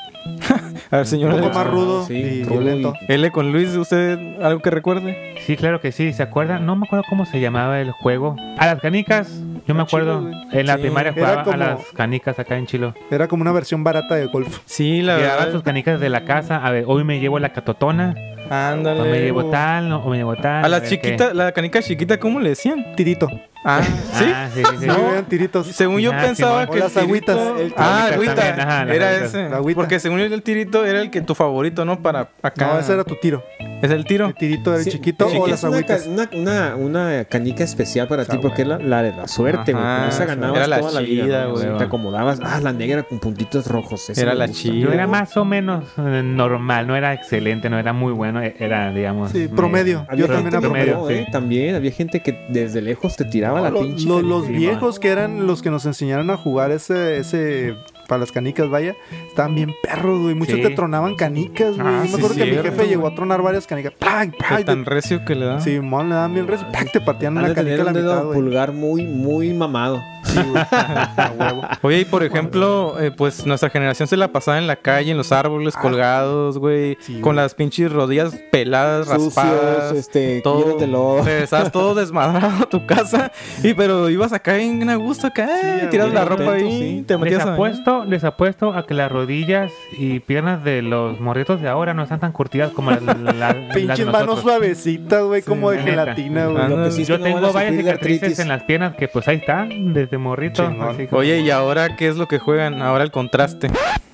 Speaker 4: A ver,
Speaker 1: Un
Speaker 4: señor
Speaker 1: poco
Speaker 4: Don
Speaker 1: más
Speaker 4: Efe.
Speaker 1: rudo
Speaker 6: sí,
Speaker 1: y
Speaker 6: rudo
Speaker 1: violento.
Speaker 4: L con Luis, ¿usted algo que recuerde?
Speaker 5: Sí, claro que sí. ¿Se acuerdan? No me acuerdo cómo se llamaba el juego. A las canicas. Yo me acuerdo.
Speaker 1: chido,
Speaker 5: en la
Speaker 4: Sí,
Speaker 5: primaria
Speaker 1: era
Speaker 5: jugaba
Speaker 1: como-
Speaker 5: a las canicas acá en Chilo.
Speaker 1: Era como una versión barata de golf.
Speaker 4: Sí, la
Speaker 5: Llevaban sus
Speaker 4: verdad.
Speaker 5: canicas de la casa. A ver, hoy me llevo la catotona. O Pues me
Speaker 4: Ándale.
Speaker 1: Eh,
Speaker 5: llevo tal, no, o me llevo tal.
Speaker 4: A la
Speaker 5: ver
Speaker 4: chiquita, la canica chiquita, ¿cómo le decían?
Speaker 1: Tirito.
Speaker 4: Ah,
Speaker 5: qué.
Speaker 4: sí.
Speaker 5: Ah, sí, sí, sí.
Speaker 1: Sí, vean, tiritos.
Speaker 4: Según yo
Speaker 5: Ah,
Speaker 4: pensaba
Speaker 5: Simón.
Speaker 4: que
Speaker 1: O
Speaker 4: el
Speaker 1: las agüitas.
Speaker 4: tirito-
Speaker 1: El-
Speaker 4: Ah,
Speaker 5: las agüitas
Speaker 4: agüita.
Speaker 5: también, ajá, las
Speaker 4: era
Speaker 5: agüitas.
Speaker 4: ese.
Speaker 1: La agüita.
Speaker 4: Porque según él, el tirito era el que tu favorito, ¿no? Para acá.
Speaker 1: No, ese era tu tiro.
Speaker 4: Es el tiro.
Speaker 1: El tirito era el
Speaker 6: Sí,
Speaker 1: chiquito
Speaker 6: sí,
Speaker 1: o
Speaker 6: es
Speaker 1: las
Speaker 6: una
Speaker 1: agüitas.
Speaker 6: ca- Una, una, una canica especial para
Speaker 1: Ah,
Speaker 6: ti, porque es la, la de la suerte, güey.
Speaker 4: Ajá,
Speaker 6: Con esa ganabas
Speaker 4: era la
Speaker 6: toda la
Speaker 4: chida,
Speaker 6: vida, ¿no?
Speaker 4: güey.
Speaker 6: Te acomodabas. Ah, la negra con puntitos rojos. esa
Speaker 4: Era
Speaker 6: me
Speaker 4: la
Speaker 6: gusta.
Speaker 4: chida.
Speaker 5: Yo era más o menos eh, normal, no era excelente, no era muy bueno, eh, era, digamos.
Speaker 1: Sí,
Speaker 5: medio-
Speaker 1: promedio. Yo
Speaker 6: Había
Speaker 1: también
Speaker 6: gente
Speaker 1: era
Speaker 5: promedio.
Speaker 6: que
Speaker 1: promedio.
Speaker 6: no, ¿eh?
Speaker 5: sí.
Speaker 6: También había gente que desde lejos te tiraba la
Speaker 1: Lo-
Speaker 6: pinche.
Speaker 1: lo-
Speaker 6: canica
Speaker 1: los
Speaker 6: encima.
Speaker 1: viejos que eran los que nos enseñaron a jugar ese, ese para las canicas, vaya, estaban bien perros, güey. Muchos
Speaker 5: Sí.
Speaker 1: te tronaban canicas, güey.
Speaker 4: Ah,
Speaker 1: Yo me
Speaker 4: sí,
Speaker 1: acuerdo que mi
Speaker 4: cierto,
Speaker 1: jefe
Speaker 4: güey.
Speaker 1: llegó a tronar varias canicas. ¡Plang!
Speaker 4: Qué tan Ah.
Speaker 1: ¡Plang!
Speaker 4: recio que le da.
Speaker 1: Sí, mon, le daban bien res. ¡Pac! Te partían
Speaker 6: Han
Speaker 1: una
Speaker 6: de tener
Speaker 1: canica a la
Speaker 6: un dedo
Speaker 1: mitad, güey.
Speaker 6: pulgar muy, muy mamado.
Speaker 1: Sí,
Speaker 6: <laughs>
Speaker 1: güey. A huevo.
Speaker 4: Oye, y por ejemplo, eh, pues nuestra generación se la pasaba en la calle, en los árboles
Speaker 1: Ah.
Speaker 4: colgados, güey.
Speaker 1: Sí,
Speaker 4: con
Speaker 1: güey.
Speaker 4: las pinches rodillas peladas, raspadas.
Speaker 6: Sucios, este,
Speaker 4: todo.
Speaker 6: llenos de lodo.
Speaker 4: Regresabas todo desmadrado a tu casa. Y pero ibas acá bien a gusto, acá. eh,
Speaker 1: a
Speaker 4: tirabas
Speaker 1: huevo.
Speaker 4: la ropa ahí.
Speaker 6: Contento, sí.
Speaker 4: Te metías
Speaker 5: Les
Speaker 4: a bañar.
Speaker 5: apuesto, les apuesto a que las rodillas y piernas de los morritos de ahora no están tan curtidas como las, las- las de
Speaker 1: Pinches manos
Speaker 5: nosotros.
Speaker 1: suavecitas, güey, como de
Speaker 5: la neta.
Speaker 1: gelatina,
Speaker 4: Ah,
Speaker 1: güey.
Speaker 6: Lo que sí es
Speaker 5: Yo
Speaker 6: que no van
Speaker 5: tengo
Speaker 6: a
Speaker 5: varias
Speaker 6: sufrir de
Speaker 5: cicatrices
Speaker 6: artritis.
Speaker 5: en las piernas que pues ahí están, desde morrito.
Speaker 1: Chingón.
Speaker 5: así como-
Speaker 4: Oye, ¿y ahora qué es lo que juegan? Ahora el contraste.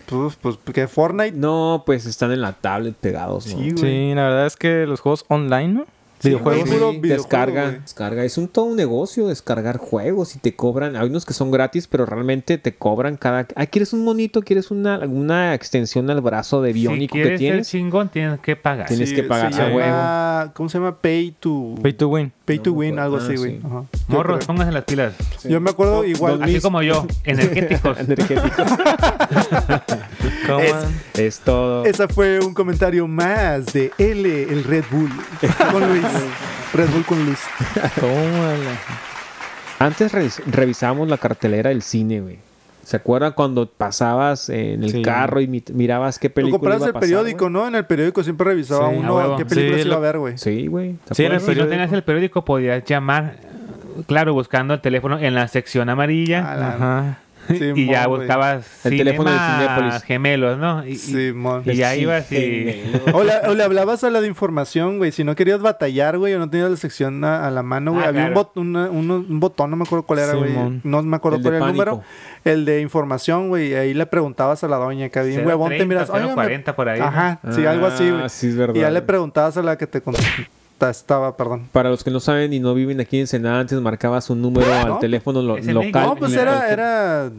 Speaker 1: Pues, pues, que Fortnite.
Speaker 6: No, pues están en la tablet pegados, ¿no?
Speaker 1: Sí, güey.
Speaker 4: Sí, la verdad es que los juegos online, ¿no?
Speaker 1: Sí,
Speaker 4: Videojuegos.
Speaker 1: güey. Puro videojuego,
Speaker 6: descarga,
Speaker 1: güey.
Speaker 6: descarga. Es un todo un negocio descargar juegos y te cobran. Hay unos que son gratis, pero realmente te cobran cada. Ah, quieres un monito, quieres una, una extensión al brazo de
Speaker 5: si
Speaker 6: biónico que
Speaker 5: quieres ser
Speaker 6: tienes.
Speaker 5: chingón, tienes que pagar.
Speaker 6: Tienes que pagar
Speaker 1: se
Speaker 4: a
Speaker 1: llama- ¿Cómo se llama? Pay to.
Speaker 4: Pay to win.
Speaker 1: Pay to
Speaker 6: No me
Speaker 1: win,
Speaker 6: acuerdo.
Speaker 1: algo
Speaker 6: Ah,
Speaker 1: así, güey.
Speaker 6: sí.
Speaker 1: Ajá.
Speaker 5: Morros, pónganse las pilas.
Speaker 1: Sí. Yo me acuerdo igual.
Speaker 5: Así
Speaker 6: <laughs>
Speaker 5: como yo, energéticos.
Speaker 6: Energético.
Speaker 4: Come
Speaker 1: Es-
Speaker 4: on.
Speaker 6: es todo.
Speaker 1: Esa fue un comentario más de L, el Red Bull, con Luis. Red Bull con Luis.
Speaker 4: Tómala.
Speaker 6: Antes re- revisábamos la cartelera del cine, güey. ¿Se acuerdan cuando pasabas eh, en el
Speaker 4: Sí.
Speaker 6: carro y mi- mirabas qué
Speaker 1: Lo
Speaker 6: película
Speaker 1: comprabas
Speaker 6: iba a
Speaker 1: el
Speaker 6: pasar,
Speaker 1: periódico, ¿no? En el periódico siempre revisaba
Speaker 5: Sí,
Speaker 1: uno
Speaker 5: a huevo.
Speaker 1: qué películas
Speaker 4: Sí,
Speaker 1: iba a
Speaker 4: lo-
Speaker 1: ver, güey.
Speaker 6: güey? Sí, güey. ¿Te
Speaker 4: Sí, era
Speaker 6: acuerdas?
Speaker 5: Si no tenías pues, el periódico, podías llamar, claro, buscando el teléfono en la sección amarilla.
Speaker 6: Ah,
Speaker 1: A la-
Speaker 4: Ajá.
Speaker 1: Simón,
Speaker 5: <laughs> y ya
Speaker 1: güey.
Speaker 5: buscabas
Speaker 6: El teléfono de
Speaker 5: cinemas
Speaker 6: Cinépolis.
Speaker 5: gemelos, ¿no? Y, y-
Speaker 1: Simón.
Speaker 5: y ya ibas y...
Speaker 1: O le, o le hablabas a la de información, güey. Si no querías batallar, güey, o no tenías la sección a, a la mano, güey.
Speaker 5: Ah,
Speaker 1: Había un,
Speaker 5: claro.
Speaker 1: bot- una- uno- un botón, no me acuerdo cuál era, güey.
Speaker 4: Simón.
Speaker 1: No me acuerdo
Speaker 6: El de
Speaker 1: cuál era el
Speaker 6: pánico.
Speaker 1: número. El de información, güey. y Ahí le preguntabas a la doña que había un
Speaker 5: 0.30,
Speaker 1: huevón. Te miras, "Oiga, me-"
Speaker 5: 0.40 por ahí, ¿no?
Speaker 1: Ajá, sí, algo así,
Speaker 6: Ah,
Speaker 1: güey.
Speaker 6: sí, es verdad.
Speaker 1: Y ya le preguntabas a la que te contestaba, perdón.
Speaker 6: Para los que no saben y no viven aquí en Senada, antes marcabas un número al
Speaker 5: Ah,
Speaker 1: ¿No?
Speaker 6: teléfono lo-
Speaker 5: Es el
Speaker 6: local.
Speaker 5: Cal-
Speaker 1: No, pues
Speaker 5: en la-
Speaker 1: era, era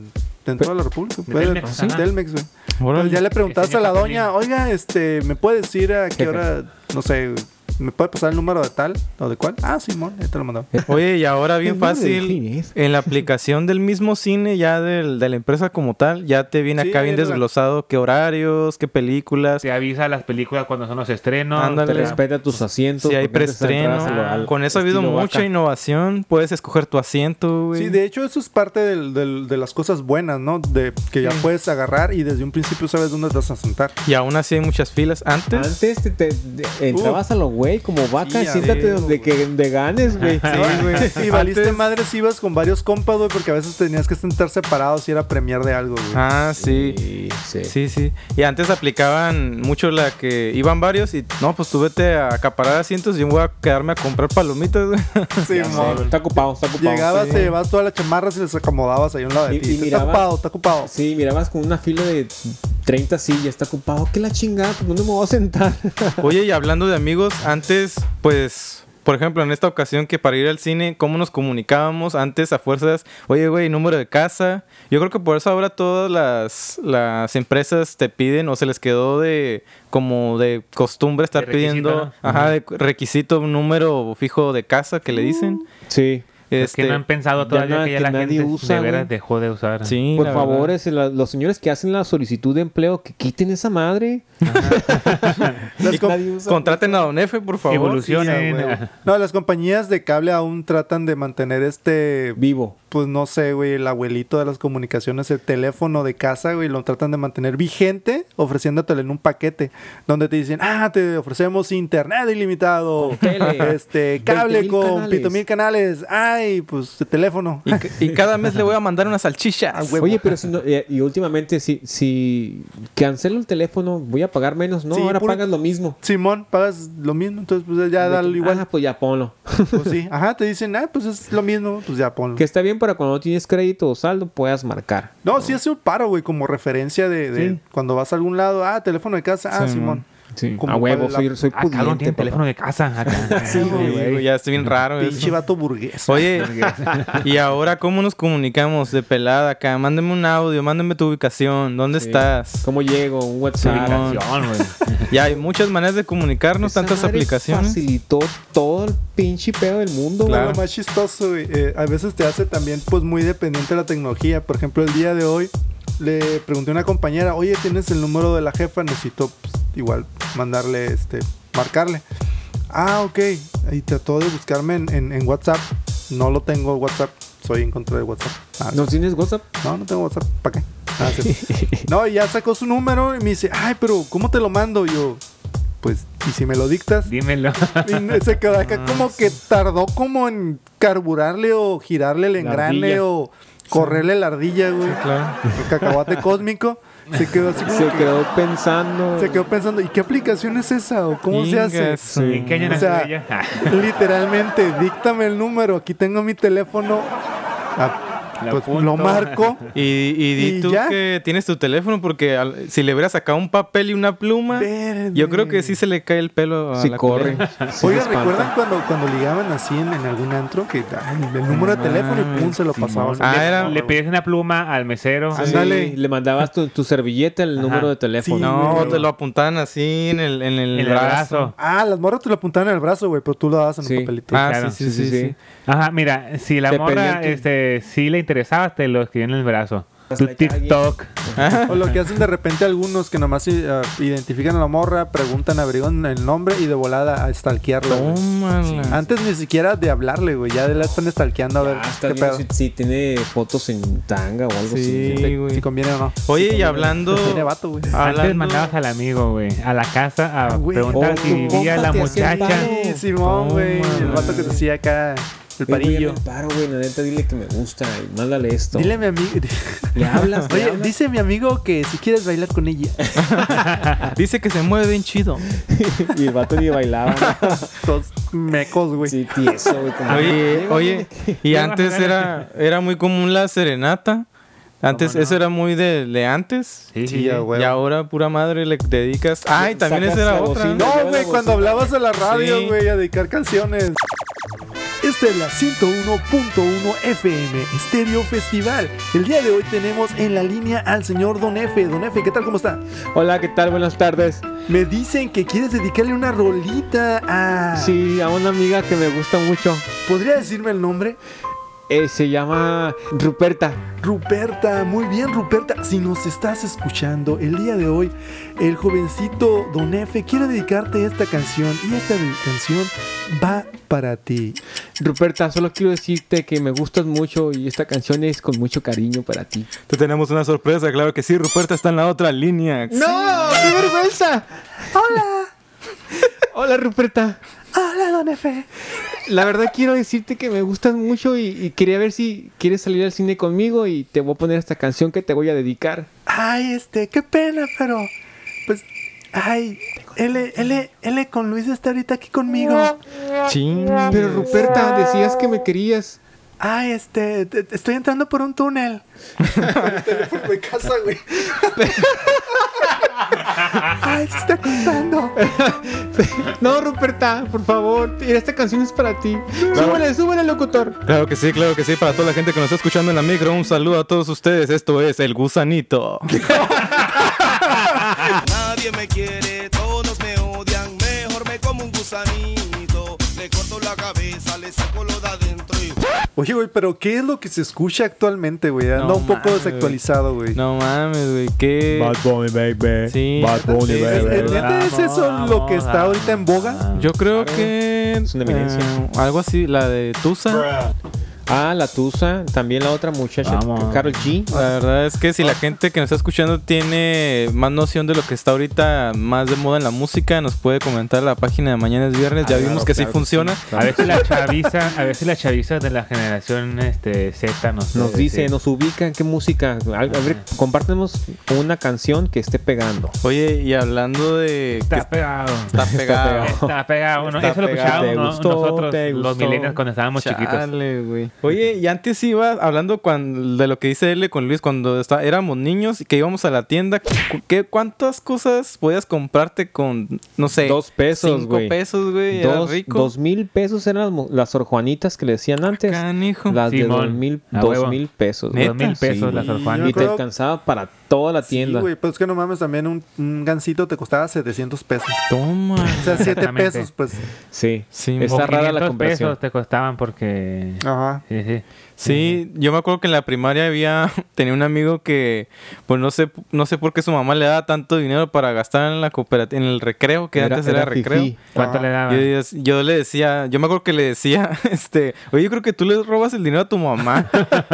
Speaker 1: dentro de la República. Pues,
Speaker 5: Telmex,
Speaker 1: sí,
Speaker 5: ajá.
Speaker 1: Telmex, güey.
Speaker 4: Órale.
Speaker 1: Entonces ya le preguntaste a la doña, oiga, este, ¿me puede decir a qué
Speaker 6: Jefe.
Speaker 1: hora, no sé, me puede pasar el número de tal o de cuál? Ah, Simón, ya te lo mandaba.
Speaker 4: Oye, y ahora bien
Speaker 6: El nombre del cine
Speaker 4: fácil,
Speaker 6: es.
Speaker 4: en la aplicación del mismo cine, ya del- de la empresa como tal, ya te viene
Speaker 1: Sí,
Speaker 4: acá bien
Speaker 1: es la-
Speaker 4: desglosado qué horarios, qué películas,
Speaker 5: Te avisa las películas cuando son los estrenos.
Speaker 4: Ándale.
Speaker 6: Te respeta tus asientos.
Speaker 4: Pues, si hay
Speaker 6: porque antes
Speaker 4: preestreno.
Speaker 6: entrabas a lo- al
Speaker 4: Con eso ha habido
Speaker 6: estilo
Speaker 4: mucha
Speaker 6: vaca.
Speaker 4: innovación, puedes escoger tu asiento, güey.
Speaker 1: Sí, de hecho eso es parte del- del- de las cosas buenas, ¿no? De que ya puedes agarrar y desde un principio sabes dónde te vas a sentar.
Speaker 4: Y aún así hay muchas filas. Antes,
Speaker 6: Antes te, te- te- entrabas a lo güey como vaca,
Speaker 1: Sí, a
Speaker 6: siéntate
Speaker 1: ver,
Speaker 6: donde que de ganes, güey.
Speaker 1: <laughs> Y valiste madres ibas con varios compas, güey, porque a veces tenías que sentar separados y era premier de algo, güey.
Speaker 4: Ah, sí.
Speaker 6: Sí, sí.
Speaker 4: Sí, sí. Y antes aplicaban mucho la que iban varios y no, pues tú vete a acaparar asientos y yo voy a quedarme a comprar palomitas. güey". <laughs>
Speaker 1: Simón.
Speaker 6: Está ocupado, está ocupado.
Speaker 1: Llegabas,
Speaker 6: sí.
Speaker 1: te llevabas todas las chamarras y las acomodabas ahí a un lado de
Speaker 6: Y-
Speaker 1: ti.
Speaker 6: y
Speaker 1: Está
Speaker 6: mirabas-
Speaker 1: ocupado, está ocupado.
Speaker 6: Sí, mirabas con una fila de 30 sillas, está ocupado. ¿Qué la chingada? ¿Por dónde me voy a sentar? <laughs>
Speaker 4: Oye, y hablando de amigos, antes, pues, por ejemplo, en esta ocasión que para ir al cine, ¿cómo nos comunicábamos? Antes a fuerzas, oye, güey, número de casa. Yo creo que por eso ahora todas las, las empresas te piden o se les quedó de como de costumbre estar
Speaker 5: De requisito,
Speaker 4: pidiendo,
Speaker 5: ¿no?
Speaker 4: ajá, de requisito, un número fijo de casa que le
Speaker 6: Uh,
Speaker 4: dicen. Este,
Speaker 6: Sí.
Speaker 5: Es que no han pensado
Speaker 6: este, ya
Speaker 5: todavía
Speaker 6: nada
Speaker 5: que ya
Speaker 6: que
Speaker 5: la
Speaker 6: nadie
Speaker 5: gente
Speaker 6: usa,
Speaker 5: de veras
Speaker 6: güey.
Speaker 5: dejó de usar.
Speaker 4: Sí,
Speaker 6: Por
Speaker 4: la
Speaker 6: favor,
Speaker 4: verdad.
Speaker 6: es la- los señores que hacen la solicitud de empleo, que quiten esa madre.
Speaker 1: Las com-
Speaker 6: Nadie usa.
Speaker 4: Contraten a Don Efe, por favor.
Speaker 5: Evolución.
Speaker 1: Sí, a
Speaker 5: Funcionen.
Speaker 1: huevo. No, las compañías de cable aún tratan de mantener este,
Speaker 6: Vivo.
Speaker 1: pues no sé, güey, el abuelito de las comunicaciones, el teléfono de casa, güey, lo tratan de mantener vigente ofreciéndotelo en un paquete donde te dicen, ah, te ofrecemos internet ilimitado,
Speaker 6: tele.
Speaker 1: este, cable
Speaker 6: 20,000
Speaker 1: con
Speaker 6: canales.
Speaker 1: pito mil canales, ay, pues de teléfono.
Speaker 4: Y, ca- y cada mes le voy a mandar unas
Speaker 1: Ah,
Speaker 4: salchichas.
Speaker 1: huevo.
Speaker 6: Oye, pero si no- eh, y últimamente, si, si cancelo el teléfono, voy a pagar menos. No,
Speaker 1: Sí,
Speaker 6: ahora
Speaker 1: puro-
Speaker 6: pagas lo mismo.
Speaker 1: Simón, pagas lo mismo, entonces pues ya dale igual.
Speaker 6: Ah, pues ya ponlo. <laughs>
Speaker 1: Pues sí, <laughs> ajá, te dicen, ah, pues es lo mismo, pues ya ponlo.
Speaker 6: Que está bien para cuando no tienes crédito o saldo, puedas marcar.
Speaker 1: No, sí hace un paro, güey, como referencia de, de cuando vas a algún lado, ah, teléfono de casa, ah, Simón.
Speaker 6: Sí.
Speaker 1: Como
Speaker 6: a huevo,
Speaker 1: para la-
Speaker 6: soy, soy
Speaker 5: Ah, cabrón,
Speaker 6: pudiente.
Speaker 5: tiene
Speaker 6: papá.
Speaker 5: teléfono de casa.
Speaker 6: <laughs>
Speaker 5: acá. Ah,
Speaker 4: Sí, güey, ya es bien raro. eso.
Speaker 1: Pinche vato burgués.
Speaker 4: Oye, ¿y ahora cómo nos comunicamos de pelada acá? Mándame un audio, mándame tu ubicación, ¿dónde
Speaker 6: Sí.
Speaker 4: estás?
Speaker 6: ¿Cómo llego? Un WhatsApp.
Speaker 4: Simón.
Speaker 5: Aplicación, güey.
Speaker 4: <laughs> Ya hay muchas maneras de comunicarnos,
Speaker 6: Esa
Speaker 4: tantas
Speaker 6: madre
Speaker 4: aplicaciones.
Speaker 6: Facilitó todo el pinche pedo del mundo,
Speaker 1: Pero
Speaker 6: güey.
Speaker 1: Lo más chistoso, güey, eh, a veces te hace también pues muy dependiente de la tecnología. Por ejemplo, el día de hoy le pregunté a una compañera, oye, ¿tienes el número de la jefa? Necesito pues, igual mandarle, este, marcarle. Ah, ok. Y trató de buscarme en, en- en WhatsApp. No lo tengo WhatsApp. Soy en contra de WhatsApp. Ah,
Speaker 6: ¿No tienes WhatsApp?
Speaker 1: No, no tengo WhatsApp. ¿Para qué? Ah, sí. no, y ya sacó su número y me dice, ay, pero ¿cómo te lo mando? Y yo, pues, ¿y si me lo dictas?
Speaker 5: Dímelo.
Speaker 1: Y se quedó
Speaker 6: <laughs>
Speaker 1: acá como que tardó como en carburarle o girarle el
Speaker 6: La
Speaker 1: engrane
Speaker 6: ardilla.
Speaker 1: o correrle la ardilla, güey.
Speaker 4: Claro.
Speaker 1: El cacahuate cósmico. Se quedó así como
Speaker 6: Se
Speaker 1: que-
Speaker 6: quedó pensando.
Speaker 1: se quedó pensando, ¿y qué aplicación es esa? ¿O cómo se hace?
Speaker 4: Ingas, sí.
Speaker 5: ¿En qué año
Speaker 1: O
Speaker 5: nació
Speaker 1: sea,
Speaker 6: <laughs>
Speaker 5: ella?
Speaker 1: Literalmente, díctame el número, aquí tengo mi teléfono. Ah,
Speaker 5: La
Speaker 1: pues,
Speaker 5: apunto.
Speaker 1: lo
Speaker 6: <laughs>
Speaker 1: marco.
Speaker 4: Y, y di
Speaker 1: ¿Y
Speaker 4: tú
Speaker 1: ya?
Speaker 4: que tienes tu teléfono, porque al- si le hubiera sacado un papel y una pluma,
Speaker 1: Verde.
Speaker 4: yo creo que sí se le cae el pelo a
Speaker 6: Sí,
Speaker 4: la
Speaker 6: corre.
Speaker 4: culera.
Speaker 6: Sí,
Speaker 1: Oigan,
Speaker 6: se espanta.
Speaker 1: ¿recuerdan cuando, cuando ligaban así en, en algún antro? Que ay, el número de teléfono y pum, se lo pasaban.
Speaker 4: Ah, era-
Speaker 5: Le pedías una pluma al mesero.
Speaker 1: Ah,
Speaker 6: Sí,
Speaker 1: Ándale.
Speaker 6: le mandabas tu, tu servilleta, el número de teléfono.
Speaker 1: Sí,
Speaker 4: No,
Speaker 1: güey.
Speaker 4: te lo apuntaban así en el, en el
Speaker 5: En el
Speaker 4: brazo.
Speaker 5: brazo.
Speaker 1: Ah, las morras te lo apuntaban en el brazo, güey, pero tú lo dabas en
Speaker 6: Sí.
Speaker 1: un papelito.
Speaker 4: Ah,
Speaker 5: Claro,
Speaker 4: sí, sí, sí, sí.
Speaker 5: Ajá, mira, si la
Speaker 6: Te pedían
Speaker 5: morra
Speaker 6: que- Pues
Speaker 5: este, sí le interesaba, te lo escribían en el brazo. tu TikTok.
Speaker 4: Ah,
Speaker 1: O lo que hacen de repente algunos que nomás eh, identifican a la morra, preguntan, averiguan el nombre y de volada a stalkearla. güey.
Speaker 4: Tómala.
Speaker 1: Antes ni siquiera de hablarle, güey. Ya la están stalkeando a ver
Speaker 6: Ah, está
Speaker 1: qué
Speaker 6: bien
Speaker 1: pedo.
Speaker 6: si, si tiene fotos en tanga o algo así.
Speaker 4: Sí.
Speaker 1: Si
Speaker 4: güey.
Speaker 1: conviene o no.
Speaker 4: Oye, y hablando.
Speaker 1: Tiene vato, güey.
Speaker 5: Antes
Speaker 4: hablando-
Speaker 5: mandabas al amigo, güey, a la casa a
Speaker 1: Ah, güey.
Speaker 5: preguntar
Speaker 6: Oh,
Speaker 5: si
Speaker 6: tu
Speaker 5: vivía
Speaker 6: compa
Speaker 5: la
Speaker 6: te hacía el
Speaker 5: muchacha.
Speaker 6: paro.
Speaker 1: Sí, Simón, güey. El vato que te hacía acá, el
Speaker 6: Güey, güey,
Speaker 1: parillo.
Speaker 6: hazme el paro, güey, la neta, dile que me gusta y mándale esto.
Speaker 1: Dile a mi amigo. <laughs>
Speaker 6: <laughs> Le hablas, le
Speaker 1: Oye,
Speaker 6: hablas.
Speaker 1: dice mi amigo que si quieres bailar con ella.
Speaker 6: <laughs>
Speaker 4: Dice que se mueve bien chido.
Speaker 6: <laughs> Y el vato ni bailaba. ¿no?
Speaker 1: Todos mecos, güey.
Speaker 6: Sí, tieso, <laughs> güey. como-
Speaker 4: Oye, oye, y
Speaker 5: Ya vas a
Speaker 4: antes
Speaker 5: ganar.
Speaker 4: era, era muy común la serenata. Antes, eso era muy de, de antes.
Speaker 5: Sí,
Speaker 1: Sí, ya, güey.
Speaker 4: Y ahora, pura madre, le dedicas. Ay, también
Speaker 6: Sacas
Speaker 4: esa era
Speaker 6: la
Speaker 4: otra.
Speaker 6: bocina.
Speaker 1: No, güey, cuando hablabas a la radio,
Speaker 4: Sí.
Speaker 1: güey, a dedicar canciones. Esta es la 101.1 FM Estéreo Festival. El día de hoy tenemos en la línea al señor Don F. Don F, ¿qué tal? ¿Cómo está?
Speaker 6: Hola, ¿qué tal? Buenas tardes.
Speaker 1: Me dicen que quieres dedicarle una rolita a.
Speaker 6: Sí, a una amiga que me gusta mucho.
Speaker 1: ¿Podría decirme el nombre?
Speaker 6: Eh, se llama Ruperta.
Speaker 1: Ruperta, muy bien Ruperta, si nos estás escuchando el día de hoy, el jovencito Don Efe quiere dedicarte esta canción y esta de- canción va para ti.
Speaker 6: Ruperta, solo quiero decirte que me gustas mucho y esta canción es con mucho cariño para ti.
Speaker 4: Te tenemos una sorpresa, claro que sí. Ruperta está en la otra línea.
Speaker 6: ¡No! ¡Qué vergüenza! <laughs>
Speaker 1: Hola,
Speaker 6: Hola, Ruperta.
Speaker 1: hola Don Efe.
Speaker 6: La verdad quiero decirte que me gustas mucho y, y quería ver si quieres salir al cine conmigo y te voy a poner esta canción que te voy a dedicar.
Speaker 1: Ay, este, qué pena, pero pues, ay, L, L, L con Luis está ahorita aquí conmigo.
Speaker 4: Chin.
Speaker 6: Pero Ruperta, decías que me querías.
Speaker 1: Ay, este, te- te estoy entrando por un túnel. el teléfono de casa, güey. ay, se está contando.
Speaker 6: No, Ruperta, por favor, mira, esta canción es para ti. Súbele, súbele, locutor.
Speaker 4: Claro que sí, claro que sí. Para toda la gente que nos está escuchando en la micro, un saludo a todos ustedes. Esto es El Gusanito.
Speaker 7: Nadie me quiere, todos me odian, mejor me como un gusanito. Le corto la cabeza, le saco lo de adentro y...
Speaker 1: Oye, güey, pero ¿qué es lo que se escucha actualmente, güey? Anda
Speaker 4: No
Speaker 1: un poco
Speaker 4: mames,
Speaker 1: desactualizado, güey.
Speaker 4: No mames, güey. Qué.
Speaker 5: Bunny, baby.
Speaker 4: Sí.
Speaker 1: ¿Es, es-
Speaker 4: güey.
Speaker 1: Eh, neta, ¿es eso lo que está ahorita en boga?
Speaker 4: Yo creo que.
Speaker 6: Es una evidencia.
Speaker 4: eh, algo así, la de Tusa.
Speaker 6: Ah, la Tusa, también la otra muchacha,
Speaker 5: Vamos.
Speaker 6: Carol G.
Speaker 4: La verdad es que si
Speaker 6: Ah.
Speaker 4: la gente que nos está escuchando tiene más noción de lo que está ahorita más de moda en la música, nos puede comentar la página de mañana es viernes. Ya
Speaker 6: Ah,
Speaker 4: vimos
Speaker 6: claro,
Speaker 4: que sí
Speaker 6: claro que
Speaker 4: funciona.
Speaker 5: Ah, A ver si la chaviza, a ver si la chaviza de la generación este, Z nos,
Speaker 6: Nos
Speaker 5: eh,
Speaker 6: dice,
Speaker 5: sí.
Speaker 6: nos ubica, qué música. A, a ver, compártenos una canción que esté pegando.
Speaker 4: Oye, y hablando de. que
Speaker 6: <laughs>
Speaker 5: Está pegado.
Speaker 4: está pegado.
Speaker 6: pegado.
Speaker 5: Está pegado. ¿no?
Speaker 4: Está
Speaker 5: Eso lo
Speaker 4: pegado.
Speaker 5: escuchábamos
Speaker 6: Te
Speaker 5: ¿no?
Speaker 6: gustó,
Speaker 5: nosotros,
Speaker 6: te
Speaker 5: los
Speaker 6: gustó.
Speaker 5: millennials, cuando estábamos chiquitos.
Speaker 4: Chale, güey. Oye, y antes iba hablando cuan- de lo que dice L con Luis cuando está- éramos niños y que íbamos a la tienda. cu- ¿qué, ¿Cuántas cosas podías comprarte con, no sé,
Speaker 6: Dos pesos,
Speaker 4: cinco
Speaker 6: güey.
Speaker 4: pesos, güey? Era
Speaker 6: Dos,
Speaker 4: rico.
Speaker 6: dos mil pesos eran las, mo- las Sor Juanitas que le decían antes.
Speaker 4: Canijo.
Speaker 6: Las de
Speaker 5: Simón,
Speaker 6: dos mil,
Speaker 5: a
Speaker 6: dos
Speaker 5: huevo.
Speaker 6: mil pesos. güey.
Speaker 5: Dos mil
Speaker 4: ¿Neta?
Speaker 5: pesos
Speaker 6: Sí.
Speaker 5: la Sor
Speaker 1: Yo me
Speaker 6: Y
Speaker 5: Juanita.
Speaker 6: te
Speaker 1: acuerdo-
Speaker 6: alcanzaba para toda la
Speaker 1: Sí,
Speaker 6: tienda.
Speaker 1: güey, pues es que no mames, también un, un gansito te costaba 700 pesos.
Speaker 4: Toma.
Speaker 1: O sea, 7
Speaker 5: Exactamente.
Speaker 1: pesos, pues.
Speaker 6: Sí,
Speaker 4: Sí,
Speaker 5: O
Speaker 6: está rara
Speaker 5: 500
Speaker 6: la conversión.
Speaker 5: pesos te costaban porque...
Speaker 1: Ajá.
Speaker 5: Sí, sí.
Speaker 4: Sí, yo me acuerdo que en la primaria había <laughs> tenía un amigo que pues no sé no sé por qué su mamá le daba tanto dinero para gastar en la cooperativa en el recreo que antes era, recreo.
Speaker 6: fifí.
Speaker 5: ¿Cuánto
Speaker 1: Ah,
Speaker 5: le daban?
Speaker 4: Yo, yo- yo le decía, yo me acuerdo que le decía, <laughs> este, oye, yo creo que tú le robas el dinero a tu mamá,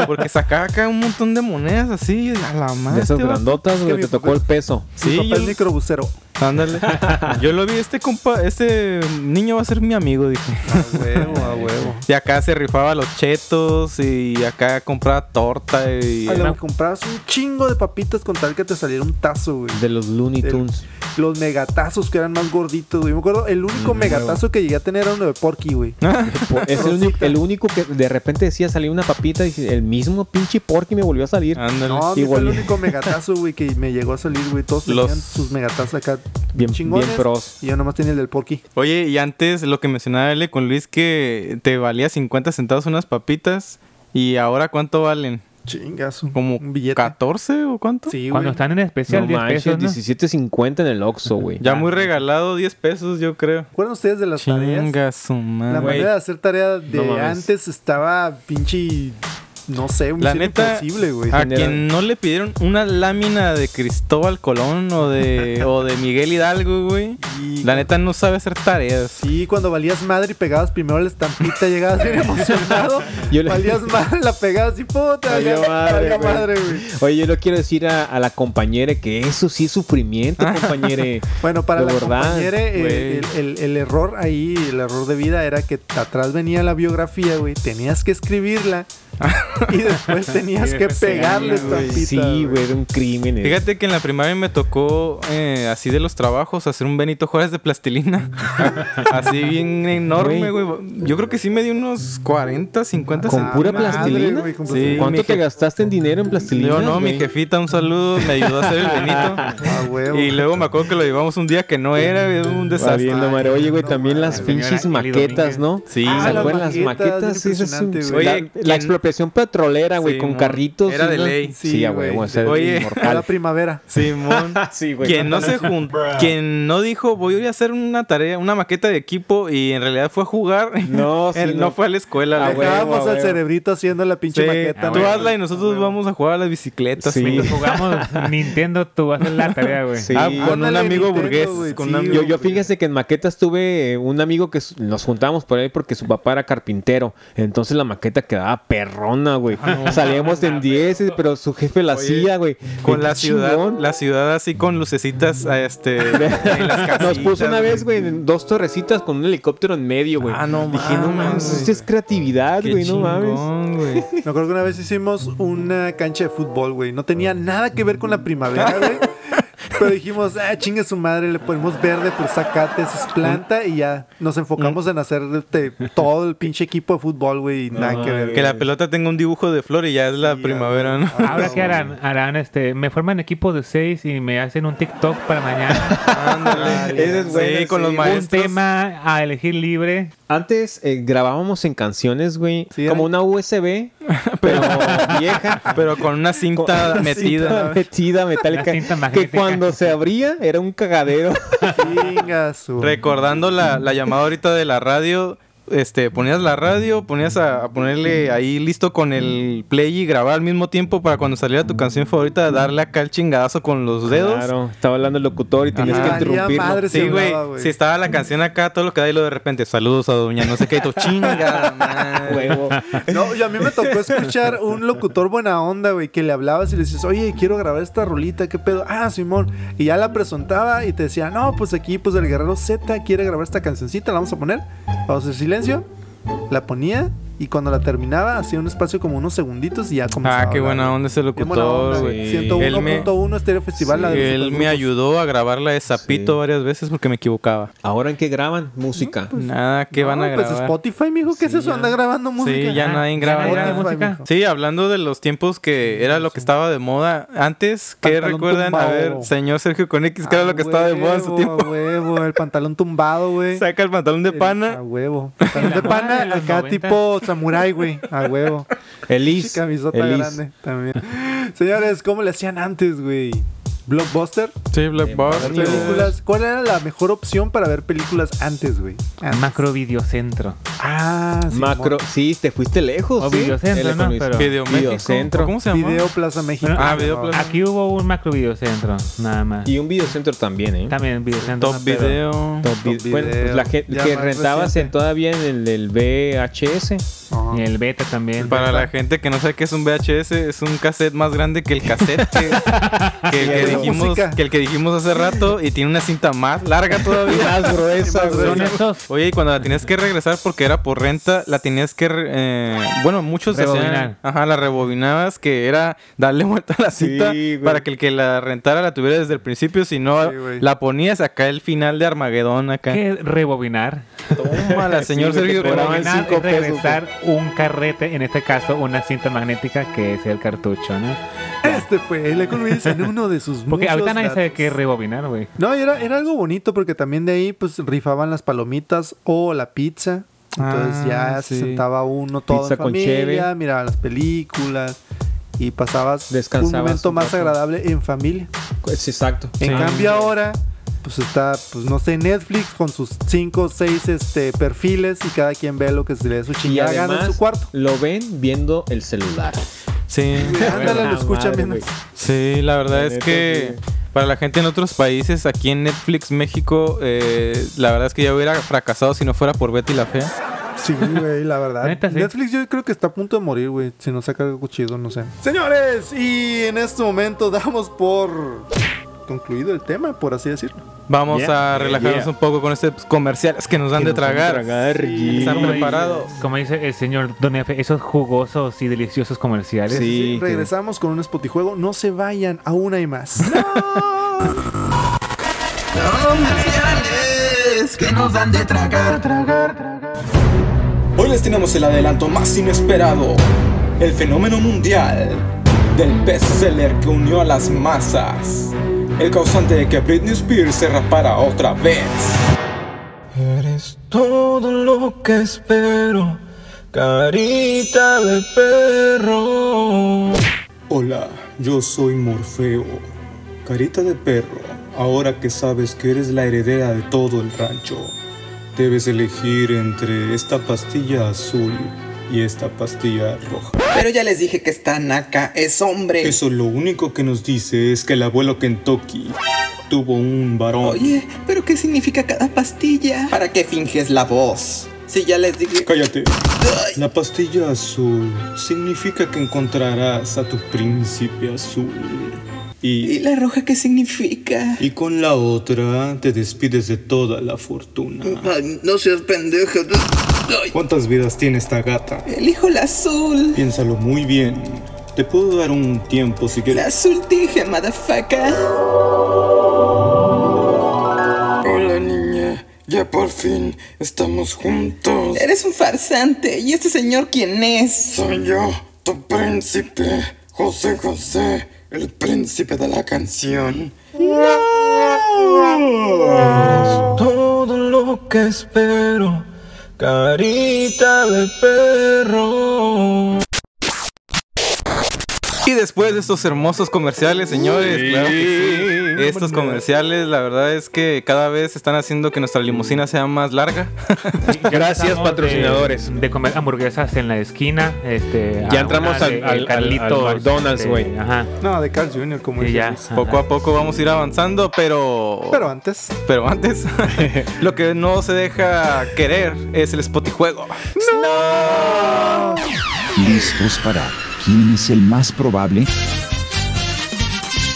Speaker 4: porque sacaba acá un montón de monedas así, y a la madre.
Speaker 6: De esas
Speaker 4: este vato.
Speaker 6: grandotas, güey,
Speaker 1: mi
Speaker 6: te tocó
Speaker 1: papá-
Speaker 6: el peso.
Speaker 1: Sí,
Speaker 4: Sí,
Speaker 1: papá
Speaker 4: yo,
Speaker 1: es microbusero.
Speaker 4: ándale. yo lo vi, este compa, este niño va a ser mi amigo, dije.
Speaker 1: A huevo, a huevo.
Speaker 4: Y acá se rifaba los chetos y acá compraba torta y...
Speaker 1: A lo que comprabas un chingo de papitas con tal que te saliera un tazo, güey.
Speaker 6: De los Looney
Speaker 1: Del-
Speaker 6: Tunes.
Speaker 1: Los megatazos que eran más gorditos, güey. Me acuerdo, el único megatazo que llegué a tener era uno de Porky, güey.
Speaker 6: Po- Es el único, el único que de repente decía salir una papita y el mismo pinche porky me volvió a salir.
Speaker 4: <laughs> Ándale.
Speaker 1: No, a mí fue el
Speaker 6: <laughs> Igual.
Speaker 1: único megatazo, güey, que me llegó a salir, güey. Todos
Speaker 4: Los-
Speaker 1: tenían sus megatazos acá
Speaker 6: Bien-
Speaker 1: chingones.
Speaker 6: bien pros.
Speaker 1: Y yo nomás tenía el del Porky.
Speaker 4: Oye, y antes lo que mencionaba L con Luis que te valía 50 centavos unas papitas y ahora ¿cuánto valen?
Speaker 1: Chingazo.
Speaker 4: ¿Como
Speaker 1: un billete.
Speaker 4: 14 o cuánto?
Speaker 1: Sí, güey.
Speaker 5: Cuando están en especial,
Speaker 6: No
Speaker 5: 10
Speaker 6: manches,
Speaker 5: pesos, ¿no?
Speaker 6: 17.50 en el Oxxo, güey.
Speaker 1: Ah,
Speaker 4: Ya muy regalado, 10 pesos yo creo.
Speaker 1: ¿Recuerdan ustedes de las tareas?
Speaker 4: Chinga su
Speaker 1: La
Speaker 4: madre.
Speaker 1: manera de hacer tarea de
Speaker 6: no mames.
Speaker 1: antes estaba pinche no sé,
Speaker 4: La
Speaker 1: misión
Speaker 4: neta,
Speaker 1: imposible, güey.
Speaker 4: A
Speaker 6: Pues, General.
Speaker 4: quien no le pidieron una lámina de Cristóbal Colón
Speaker 6: <laughs>
Speaker 4: o de, o de Miguel Hidalgo, güey.
Speaker 1: Y-
Speaker 4: La neta no sabe hacer tareas.
Speaker 1: Sí, cuando valías madre y pegabas primero la estampita, llegabas
Speaker 6: <laughs>
Speaker 1: bien emocionado.
Speaker 6: Yo le-
Speaker 1: Valías madre, la pegabas y puta,
Speaker 6: Valió
Speaker 1: ya-
Speaker 6: madre,
Speaker 1: valió
Speaker 6: güey.
Speaker 1: madre, güey.
Speaker 6: Oye, yo lo quiero decir a, a la compañera que eso sí es sufrimiento, compañere.
Speaker 1: Bueno, para
Speaker 6: De
Speaker 1: la
Speaker 6: verdad,
Speaker 1: compañera, eh, el, el- el error ahí, el error de vida era que atrás venía la biografía, güey. Tenías que escribirla y después tenías
Speaker 5: Y
Speaker 1: que
Speaker 5: después
Speaker 1: pegarle
Speaker 5: pegarla, güey.
Speaker 1: estampita.
Speaker 6: sí, güey, era un crimen. eh.
Speaker 4: Fíjate que en la primaria me tocó, eh, así de los trabajos, hacer un Benito Juárez
Speaker 6: <laughs>
Speaker 4: de plastilina. así bien enorme, güey. Yo creo que sí me dio unos 40, 50
Speaker 6: ¿Con pura
Speaker 1: madre,
Speaker 6: plastilina?
Speaker 1: güey, con
Speaker 6: Sí,
Speaker 1: plastilina.
Speaker 6: ¿Cuánto
Speaker 4: mi
Speaker 6: te
Speaker 4: jef-
Speaker 6: gastaste en dinero en plastilina?
Speaker 4: Yo no, mi jefita, un saludo, me ayudó a hacer el
Speaker 6: <laughs>
Speaker 4: Benito.
Speaker 1: Ah, huevo.
Speaker 4: Y luego me acuerdo que lo llevamos un día que no era, güey, un
Speaker 6: Está
Speaker 4: desastre.
Speaker 6: viendo, madre. Oye, güey,
Speaker 1: No,
Speaker 6: también
Speaker 1: madre.
Speaker 6: las
Speaker 5: La señora
Speaker 6: pinches
Speaker 5: Eli
Speaker 6: maquetas,
Speaker 5: Domínguez.
Speaker 6: ¿no?
Speaker 4: Sí,
Speaker 1: Ah,
Speaker 6: ¿Se
Speaker 1: las
Speaker 6: acuerdan las
Speaker 1: maquetas,
Speaker 6: maquetas?
Speaker 1: bien
Speaker 6: Esa es un-
Speaker 1: impresionante,
Speaker 6: la,
Speaker 4: güey. Oye,
Speaker 6: la
Speaker 4: ¿quién-
Speaker 6: expropiación petrolera, güey,
Speaker 4: Sí,
Speaker 6: con
Speaker 4: mon.
Speaker 6: carritos.
Speaker 4: Era de
Speaker 6: ¿no?
Speaker 4: ley.
Speaker 6: Sí, a huevo, esa era
Speaker 4: <laughs> Oye.
Speaker 1: A la
Speaker 6: inmortal.
Speaker 1: primavera.
Speaker 4: Simón.
Speaker 6: Sí, güey.
Speaker 4: Quien no se juntó, quien no dijo voy a ir a hacer una tarea, una maqueta de equipo y en realidad fue a jugar. <laughs>
Speaker 6: No, sí,
Speaker 4: Él no
Speaker 6: no.
Speaker 4: fue a la escuela.
Speaker 6: Ah,
Speaker 4: güey.
Speaker 6: huevo,
Speaker 1: Dejábamos
Speaker 6: a
Speaker 1: al
Speaker 6: huevo.
Speaker 1: cerebrito haciendo la pinche
Speaker 4: Sí,
Speaker 1: maqueta.
Speaker 4: tú
Speaker 1: güey.
Speaker 4: hazla y nosotros vamos a jugar a las bicicletas.
Speaker 6: Ah, Sí.
Speaker 4: güey.
Speaker 5: Mientras jugamos Nintendo, tú haces la tarea, güey.
Speaker 6: Sí.
Speaker 4: Ah, con un
Speaker 1: Ándale,
Speaker 4: amigo
Speaker 1: Nintendo,
Speaker 4: burgués.
Speaker 1: güey,
Speaker 4: con
Speaker 1: sí,
Speaker 4: un amigo
Speaker 6: Yo, yo
Speaker 4: burgués.
Speaker 6: fíjense que en maquetas tuve eh, un amigo que su- nos juntamos por ahí porque su papá era carpintero. Entonces la maqueta quedaba perrona, güey.
Speaker 4: Ah,
Speaker 6: Salíamos en 10, eh, pero su jefe la hacía, güey.
Speaker 4: Con
Speaker 6: Qué
Speaker 4: la ciudad,
Speaker 6: chingón.
Speaker 4: la ciudad así con lucecitas, a
Speaker 6: <laughs>
Speaker 4: este, en las
Speaker 6: Nos puso una
Speaker 4: casitas,
Speaker 6: vez, güey, en dos torrecitas con un helicóptero en medio, güey.
Speaker 4: Ah, no
Speaker 6: Dije, no mames,
Speaker 4: mames,
Speaker 6: esto es creatividad,
Speaker 4: Qué
Speaker 6: güey, no mames.
Speaker 4: chingón, güey.
Speaker 1: Me acuerdo que una vez hicimos una cancha de fútbol, güey. No tenía nada que ver con la primavera, güey. Pero dijimos, ah, chingue su madre, le ponemos verde, por zacate, es planta y ya nos enfocamos en hacer este, todo el pinche equipo de fútbol, güey. y Nada que ver.
Speaker 4: Que la pelota tenga un dibujo de flor y ya es la primavera, ¿no?
Speaker 5: Ahora qué harán, harán este, me forman equipo de seis y me hacen un TikTok para mañana.
Speaker 4: <laughs> Ándale.
Speaker 6: Ese es bueno,
Speaker 4: sí, con
Speaker 6: sí.
Speaker 4: los
Speaker 6: Un
Speaker 5: un
Speaker 4: maestros.
Speaker 5: tema a elegir libre.
Speaker 6: Antes eh, grabábamos en canciones, güey,
Speaker 1: Sí,
Speaker 6: como
Speaker 1: eran-
Speaker 6: una USB, pero
Speaker 1: <laughs>
Speaker 4: <laughs>
Speaker 6: vieja.
Speaker 4: Pero con una cinta
Speaker 6: Con-
Speaker 4: metida.
Speaker 6: <laughs> cinta metida, metálica.
Speaker 5: Una cinta
Speaker 6: que
Speaker 5: magnética.
Speaker 6: cuando se abría era un cagadero.
Speaker 1: Chinga su.
Speaker 4: Recordando la, la llamada ahorita de la radio, este, ponías la radio, ponías a, a ponerle ahí listo con el play y grabar al mismo tiempo para cuando saliera tu canción favorita, darle acá el chingadazo con los dedos.
Speaker 6: Claro, estaba hablando el locutor y tenías
Speaker 4: Ajá.
Speaker 6: que
Speaker 1: Valía
Speaker 6: interrumpirlo.
Speaker 1: madre,
Speaker 4: Sí,
Speaker 1: se
Speaker 4: güey.
Speaker 1: hablaba, güey.
Speaker 4: Si estaba la canción acá, todo lo que da y lo de repente, saludos a doña no sé qué, y tú,
Speaker 1: <laughs>
Speaker 4: chinga, madre".
Speaker 6: <laughs> Huevo.
Speaker 1: No, y a mí me tocó escuchar un locutor buena onda, güey, que le hablabas y le dices, oye, quiero grabar esta rolita, ¿qué pedo? Ah, Simón. Y ya la presentaba y te decía, no, pues aquí, pues el guerrero Z quiere grabar esta cancioncita, la vamos a poner. Vamos a hacer silencio. La ponía y cuando la terminaba, hacía un espacio como unos segunditos y ya comenzaba.
Speaker 4: Ah, qué
Speaker 1: a hablar,
Speaker 4: buena onda ese
Speaker 1: Qué buena onda,
Speaker 4: locutor,
Speaker 1: güey.
Speaker 4: güey.
Speaker 6: sí.
Speaker 1: 101.1 Estéreo Festival. la de los
Speaker 4: Él me
Speaker 1: supergrupos.
Speaker 4: ayudó a grabarla de Zapito varias veces porque me equivocaba.
Speaker 6: Ahora en qué graban música.
Speaker 4: Nada, que van a
Speaker 1: No, pues
Speaker 4: grabar.
Speaker 1: Spotify, mijo, ¿qué es eso? Anda grabando música. Ah,
Speaker 4: Sí, ya nadie graba.
Speaker 5: ¿Ya nadie
Speaker 1: Spotify,
Speaker 5: música?
Speaker 1: mijo.
Speaker 4: Sí, hablando de los tiempos que era lo que estaba de moda antes, ¿qué
Speaker 1: Pantalón
Speaker 4: recuerdan? A
Speaker 1: tumbado.
Speaker 4: ver, señor Sergio con X, ¿qué era
Speaker 1: A
Speaker 4: lo que estaba de moda en su
Speaker 1: Ah, huevo,
Speaker 4: tiempo?
Speaker 1: a huevo, el pantalón tumbado, güey.
Speaker 4: <laughs> Saca el pantalón de
Speaker 1: A
Speaker 4: pana. <laughs>
Speaker 1: huevo. Pantalón de
Speaker 5: La moda de
Speaker 1: pana,
Speaker 5: los
Speaker 1: acá
Speaker 5: 90.
Speaker 1: tipo samurái, güey. A
Speaker 4: <laughs>
Speaker 1: huevo.
Speaker 6: Elis.
Speaker 1: Camisota
Speaker 6: Elis.
Speaker 1: grande también. Señores, ¿cómo le hacían antes, güey? Blockbuster,
Speaker 4: Sí, Blackbuster.
Speaker 1: películas. ¿Cuál era la mejor opción para ver películas antes, güey? Antes.
Speaker 5: Macro videocentro.
Speaker 1: Ah, sí,
Speaker 6: Macro,
Speaker 1: mo-
Speaker 6: sí, te fuiste lejos.
Speaker 5: O
Speaker 6: sí.
Speaker 5: videocentro,
Speaker 6: L con
Speaker 5: ¿no?
Speaker 6: Luis.
Speaker 5: Pero-
Speaker 4: Video México.
Speaker 6: Videocentro.
Speaker 4: ¿Cómo se llama?
Speaker 1: Video Plaza México.
Speaker 5: Bueno,
Speaker 4: Ah, Video
Speaker 1: no.
Speaker 4: Plaza.
Speaker 5: Aquí hubo un macro videocentro, nada más.
Speaker 6: Y un videocentro también, ¿eh?
Speaker 5: También videocentro.
Speaker 4: Top
Speaker 5: no, pero-
Speaker 4: Video.
Speaker 6: Top
Speaker 1: Top
Speaker 6: vi- bueno,
Speaker 1: video.
Speaker 6: pues la gente
Speaker 1: Ya
Speaker 6: que
Speaker 1: más
Speaker 6: rentabas en,
Speaker 1: reciente.
Speaker 6: todavía en el, el VHS.
Speaker 1: Ajá.
Speaker 4: Ah.
Speaker 5: Y el beta también.
Speaker 4: Para la gente que no sabe qué es un VHS, es un cassette más grande que el cassette que, que el,
Speaker 1: Sí,
Speaker 4: que
Speaker 1: de
Speaker 4: dijimos,
Speaker 1: música.
Speaker 4: que el que dijimos hace rato y tiene una cinta más larga todavía.
Speaker 6: Más gruesa,
Speaker 1: Más
Speaker 6: güey.
Speaker 5: Son esos.
Speaker 4: Oye, y cuando la tenías que regresar porque era por renta, la tenías que. re- eh, bueno, muchos hacían.
Speaker 5: Rebobinar.
Speaker 4: Ajá, la rebobinabas, que era darle vuelta a la
Speaker 6: Sí,
Speaker 4: cinta
Speaker 6: güey.
Speaker 4: para que el que la rentara la tuviera desde el principio. Si no,
Speaker 1: Sí, güey.
Speaker 4: la ponías acá el final de Armagedón. Acá.
Speaker 5: ¿Qué rebobinar? <laughs>
Speaker 4: Tómala, señor
Speaker 6: Sí, güey,
Speaker 4: Sergio.
Speaker 6: te cobraban
Speaker 4: Corona.
Speaker 5: Rebobinar
Speaker 6: cinco
Speaker 5: es
Speaker 6: pesos,
Speaker 5: regresar un carrete, en este caso una cinta magnética que es el cartucho, ¿no?
Speaker 1: Este fue el Luis en uno de sus
Speaker 5: Porque
Speaker 1: muchos
Speaker 5: ahorita nadie sabe
Speaker 1: datos.
Speaker 5: qué es rebobinar, güey.
Speaker 1: No, y era, era algo bonito porque también de ahí pues rifaban las palomitas o la pizza. Entonces
Speaker 4: Ah,
Speaker 1: ya se
Speaker 4: sí.
Speaker 1: sentaba uno todo
Speaker 6: Pizza
Speaker 1: en
Speaker 6: con
Speaker 1: familia,
Speaker 6: cheve.
Speaker 1: miraba las películas y pasabas un
Speaker 6: Descansabas
Speaker 1: momento
Speaker 6: un
Speaker 1: más
Speaker 6: rato.
Speaker 1: agradable en familia.
Speaker 6: Es exacto.
Speaker 1: En
Speaker 4: Sí.
Speaker 1: cambio ahora pues está, pues no sé, Netflix con sus 5 o 6 este, perfiles y cada quien ve lo que se le dé su
Speaker 3: Y
Speaker 1: chingada gana
Speaker 3: además
Speaker 1: en su
Speaker 6: <laughs>
Speaker 1: cuarto.
Speaker 3: lo ven viendo el celular.
Speaker 4: Sí,
Speaker 1: Ándale, lo
Speaker 3: Buena
Speaker 1: escuchan
Speaker 3: madre,
Speaker 1: bien.
Speaker 3: güey.
Speaker 4: sí, la verdad
Speaker 3: La
Speaker 4: es
Speaker 3: neta,
Speaker 4: que para la gente en otros países, aquí en Netflix México, eh, la verdad es que ya hubiera fracasado si no fuera por Betty la Fea.
Speaker 1: Sí, güey, la verdad.
Speaker 5: Neta, sí.
Speaker 1: Netflix yo creo que está a punto de morir, güey. Si no saca algo chido, no sé. Señores, y en este momento damos por concluido el tema, por así decirlo.
Speaker 4: Vamos
Speaker 3: Yeah,
Speaker 4: a relajarnos
Speaker 3: yeah.
Speaker 4: un poco con estos comerciales que nos dan de tragar.
Speaker 3: y-
Speaker 4: Están
Speaker 5: Como
Speaker 4: preparados.
Speaker 5: dice- Como dice el señor Don F, esos jugosos y deliciosos comerciales.
Speaker 3: Sí, que-
Speaker 1: Regresamos con un spotijuego. No se vayan, aún hay más.
Speaker 5: <laughs>
Speaker 8: Hoy les tenemos el adelanto más inesperado, el fenómeno mundial del bestseller que unió a las masas, el causante de que Britney Spears se rapara otra vez. Eres todo lo que espero, carita de perro. Hola, yo soy Morfeo, carita de perro. Ahora que sabes que eres la heredera de todo el rancho, debes elegir entre esta pastilla azul y esta pastilla roja.
Speaker 9: Pero ya les dije que esta naca es hombre.
Speaker 8: Eso lo único que nos dice es que el abuelo Kentucky tuvo un varón.
Speaker 9: Oye, ¿pero qué significa cada pastilla? ¿Para qué finges la voz? Si ya les dije...
Speaker 8: Cállate. La pastilla azul significa que encontrarás a tu príncipe azul.
Speaker 9: ¿Y
Speaker 8: Y,
Speaker 9: la roja qué significa?
Speaker 8: y con la otra te despides de toda la fortuna.
Speaker 9: Ay, no seas pendeja. Ay,
Speaker 8: ¿Cuántas vidas tiene esta gata?
Speaker 9: Elijo la azul.
Speaker 8: Piénsalo muy bien. Te puedo dar un tiempo si
Speaker 9: La
Speaker 8: quieres.
Speaker 9: azul dije, motherfucker.
Speaker 8: Hola niña, ya por fin estamos juntos.
Speaker 9: Eres un farsante. ¿Y este señor quién es?
Speaker 8: Soy yo, tu príncipe, José José, el príncipe de la canción.
Speaker 10: Todo lo que espero, carita de perro.
Speaker 4: Y después de estos hermosos comerciales, señores, claro que sí. Estos comerciales, la verdad es que cada vez están haciendo que nuestra limusina sea más larga.
Speaker 5: Sí, ya
Speaker 3: Gracias,
Speaker 5: pasamos de-
Speaker 3: patrocinadores.
Speaker 5: De, comer hamburguesas en la esquina. Este,
Speaker 3: Ya
Speaker 5: a
Speaker 3: entramos
Speaker 5: una
Speaker 3: al-
Speaker 5: de-
Speaker 3: al- al- al McDonald's,
Speaker 5: este,
Speaker 3: güey.
Speaker 5: Ajá.
Speaker 1: No, de Carl Jr., como
Speaker 5: Y ya.
Speaker 1: dices.
Speaker 4: Poco a poco vamos a ir avanzando, pero.
Speaker 1: Pero antes,
Speaker 4: Pero antes, <laughs> lo que no se deja querer es el spotijuego.
Speaker 2: Listos para. ¿Quién es el más probable?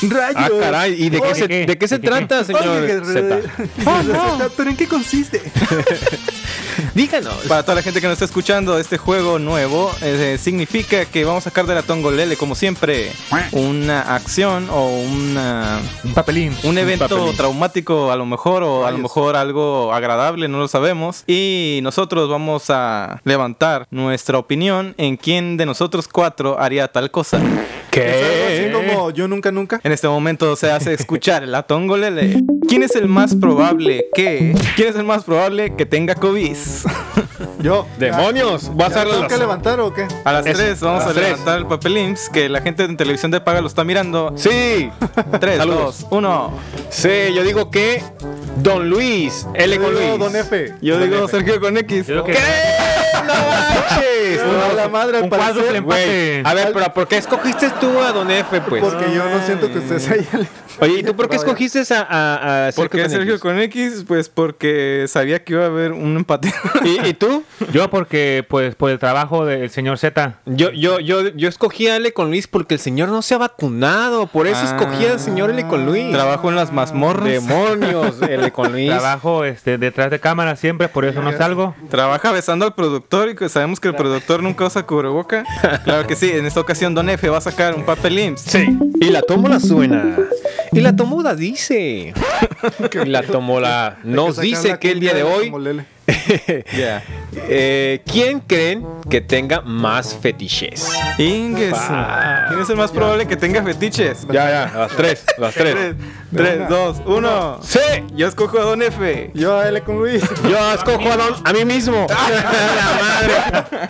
Speaker 1: rayos.
Speaker 3: Ah, caray, ¿y de qué
Speaker 5: Oye,
Speaker 3: se,
Speaker 5: ¿qué?
Speaker 3: de qué se
Speaker 5: ¿De qué?
Speaker 3: trata, señor
Speaker 1: Oye,
Speaker 3: Z?
Speaker 5: Ah,
Speaker 1: <laughs> ¿Pero en qué consiste?
Speaker 3: Díganos.
Speaker 4: Para toda la gente que nos está escuchando, este juego nuevo eh, significa que vamos a sacar de la tongolele, como siempre, una acción o una,
Speaker 5: Un papelín.
Speaker 4: un evento
Speaker 3: papelín.
Speaker 4: traumático, a lo mejor, o a lo mejor algo agradable, no lo sabemos. Y nosotros vamos a levantar nuestra opinión en quién de nosotros cuatro haría tal cosa.
Speaker 1: Es algo así como yo nunca, nunca.
Speaker 4: En este momento se hace escuchar el atongolele. ¿Quién es el más probable que... ¿Quién es el más probable que tenga COVID?
Speaker 1: Yo.
Speaker 3: ¡Demonios! ¿Vas a
Speaker 1: ¿Ya
Speaker 3: hacer
Speaker 1: ¿Tengo que
Speaker 3: las...
Speaker 1: levantar o qué?
Speaker 4: A las
Speaker 3: Eso,
Speaker 4: 3 vamos
Speaker 3: a
Speaker 4: a,
Speaker 3: las tres.
Speaker 4: levantar el papel IMSS que la gente en televisión de paga lo está mirando.
Speaker 3: Sí,
Speaker 4: 3,
Speaker 3: Saludos.
Speaker 4: 2, 1.
Speaker 3: sí, yo digo que Don Luis, L
Speaker 1: Yo
Speaker 3: con
Speaker 1: digo
Speaker 3: Luis. ¡Eh,
Speaker 1: Don F.
Speaker 4: Yo digo Sergio con X.
Speaker 5: Yo creo que-
Speaker 3: ¡No manches!
Speaker 1: A la madre, al
Speaker 5: un cuadro
Speaker 1: parecer,
Speaker 5: flempa-
Speaker 3: Güey,
Speaker 5: empate.
Speaker 3: a ver, pero ¿por qué escogiste tú a Don F, pues?
Speaker 1: Porque yo no siento que ustedes hayan.
Speaker 3: Oye, ¿y tú por qué escogiste a, a, a
Speaker 4: ¿Por qué Sergio
Speaker 3: X?
Speaker 4: con X? Pues porque sabía que iba a haber un empate.
Speaker 3: ¿Y, y tú?
Speaker 5: Yo porque, pues, por el trabajo del señor Z.
Speaker 3: Yo, yo, yo, yo escogí a L con Luis porque el señor no se ha vacunado. Por eso
Speaker 4: Ah.
Speaker 3: escogí al señor L con Luis.
Speaker 4: Trabajo en las mazmorras.
Speaker 3: Demonios, L con Luis.
Speaker 5: Trabajo este, detrás de cámara siempre, por eso no salgo.
Speaker 4: Trabaja besando al productor y que sabemos que el productor nunca usa cubreboca. Claro que sí, en esta ocasión Don F va a sacar un papel IMSS.
Speaker 3: Sí. Y la tómola suena. Y la tómola <laughs> dice. Y la tómola nos
Speaker 1: sacar
Speaker 3: dice
Speaker 1: la
Speaker 3: que el día de
Speaker 1: cumbia
Speaker 3: hoy.
Speaker 1: como
Speaker 3: <laughs>
Speaker 1: Lele.
Speaker 4: Ya.
Speaker 3: eh, ¿Quién creen que tenga más fetiches?
Speaker 4: Ingues. ¿Quién es el más probable que tenga fetiches?
Speaker 3: Ya, ya, a las tres, a las tres.
Speaker 4: 3, 2, 1.
Speaker 3: ¡Sí!
Speaker 4: Yo escojo a Don F.
Speaker 1: Yo a L con Luis.
Speaker 3: Yo escojo a, don- <laughs> a mí mismo. la madre.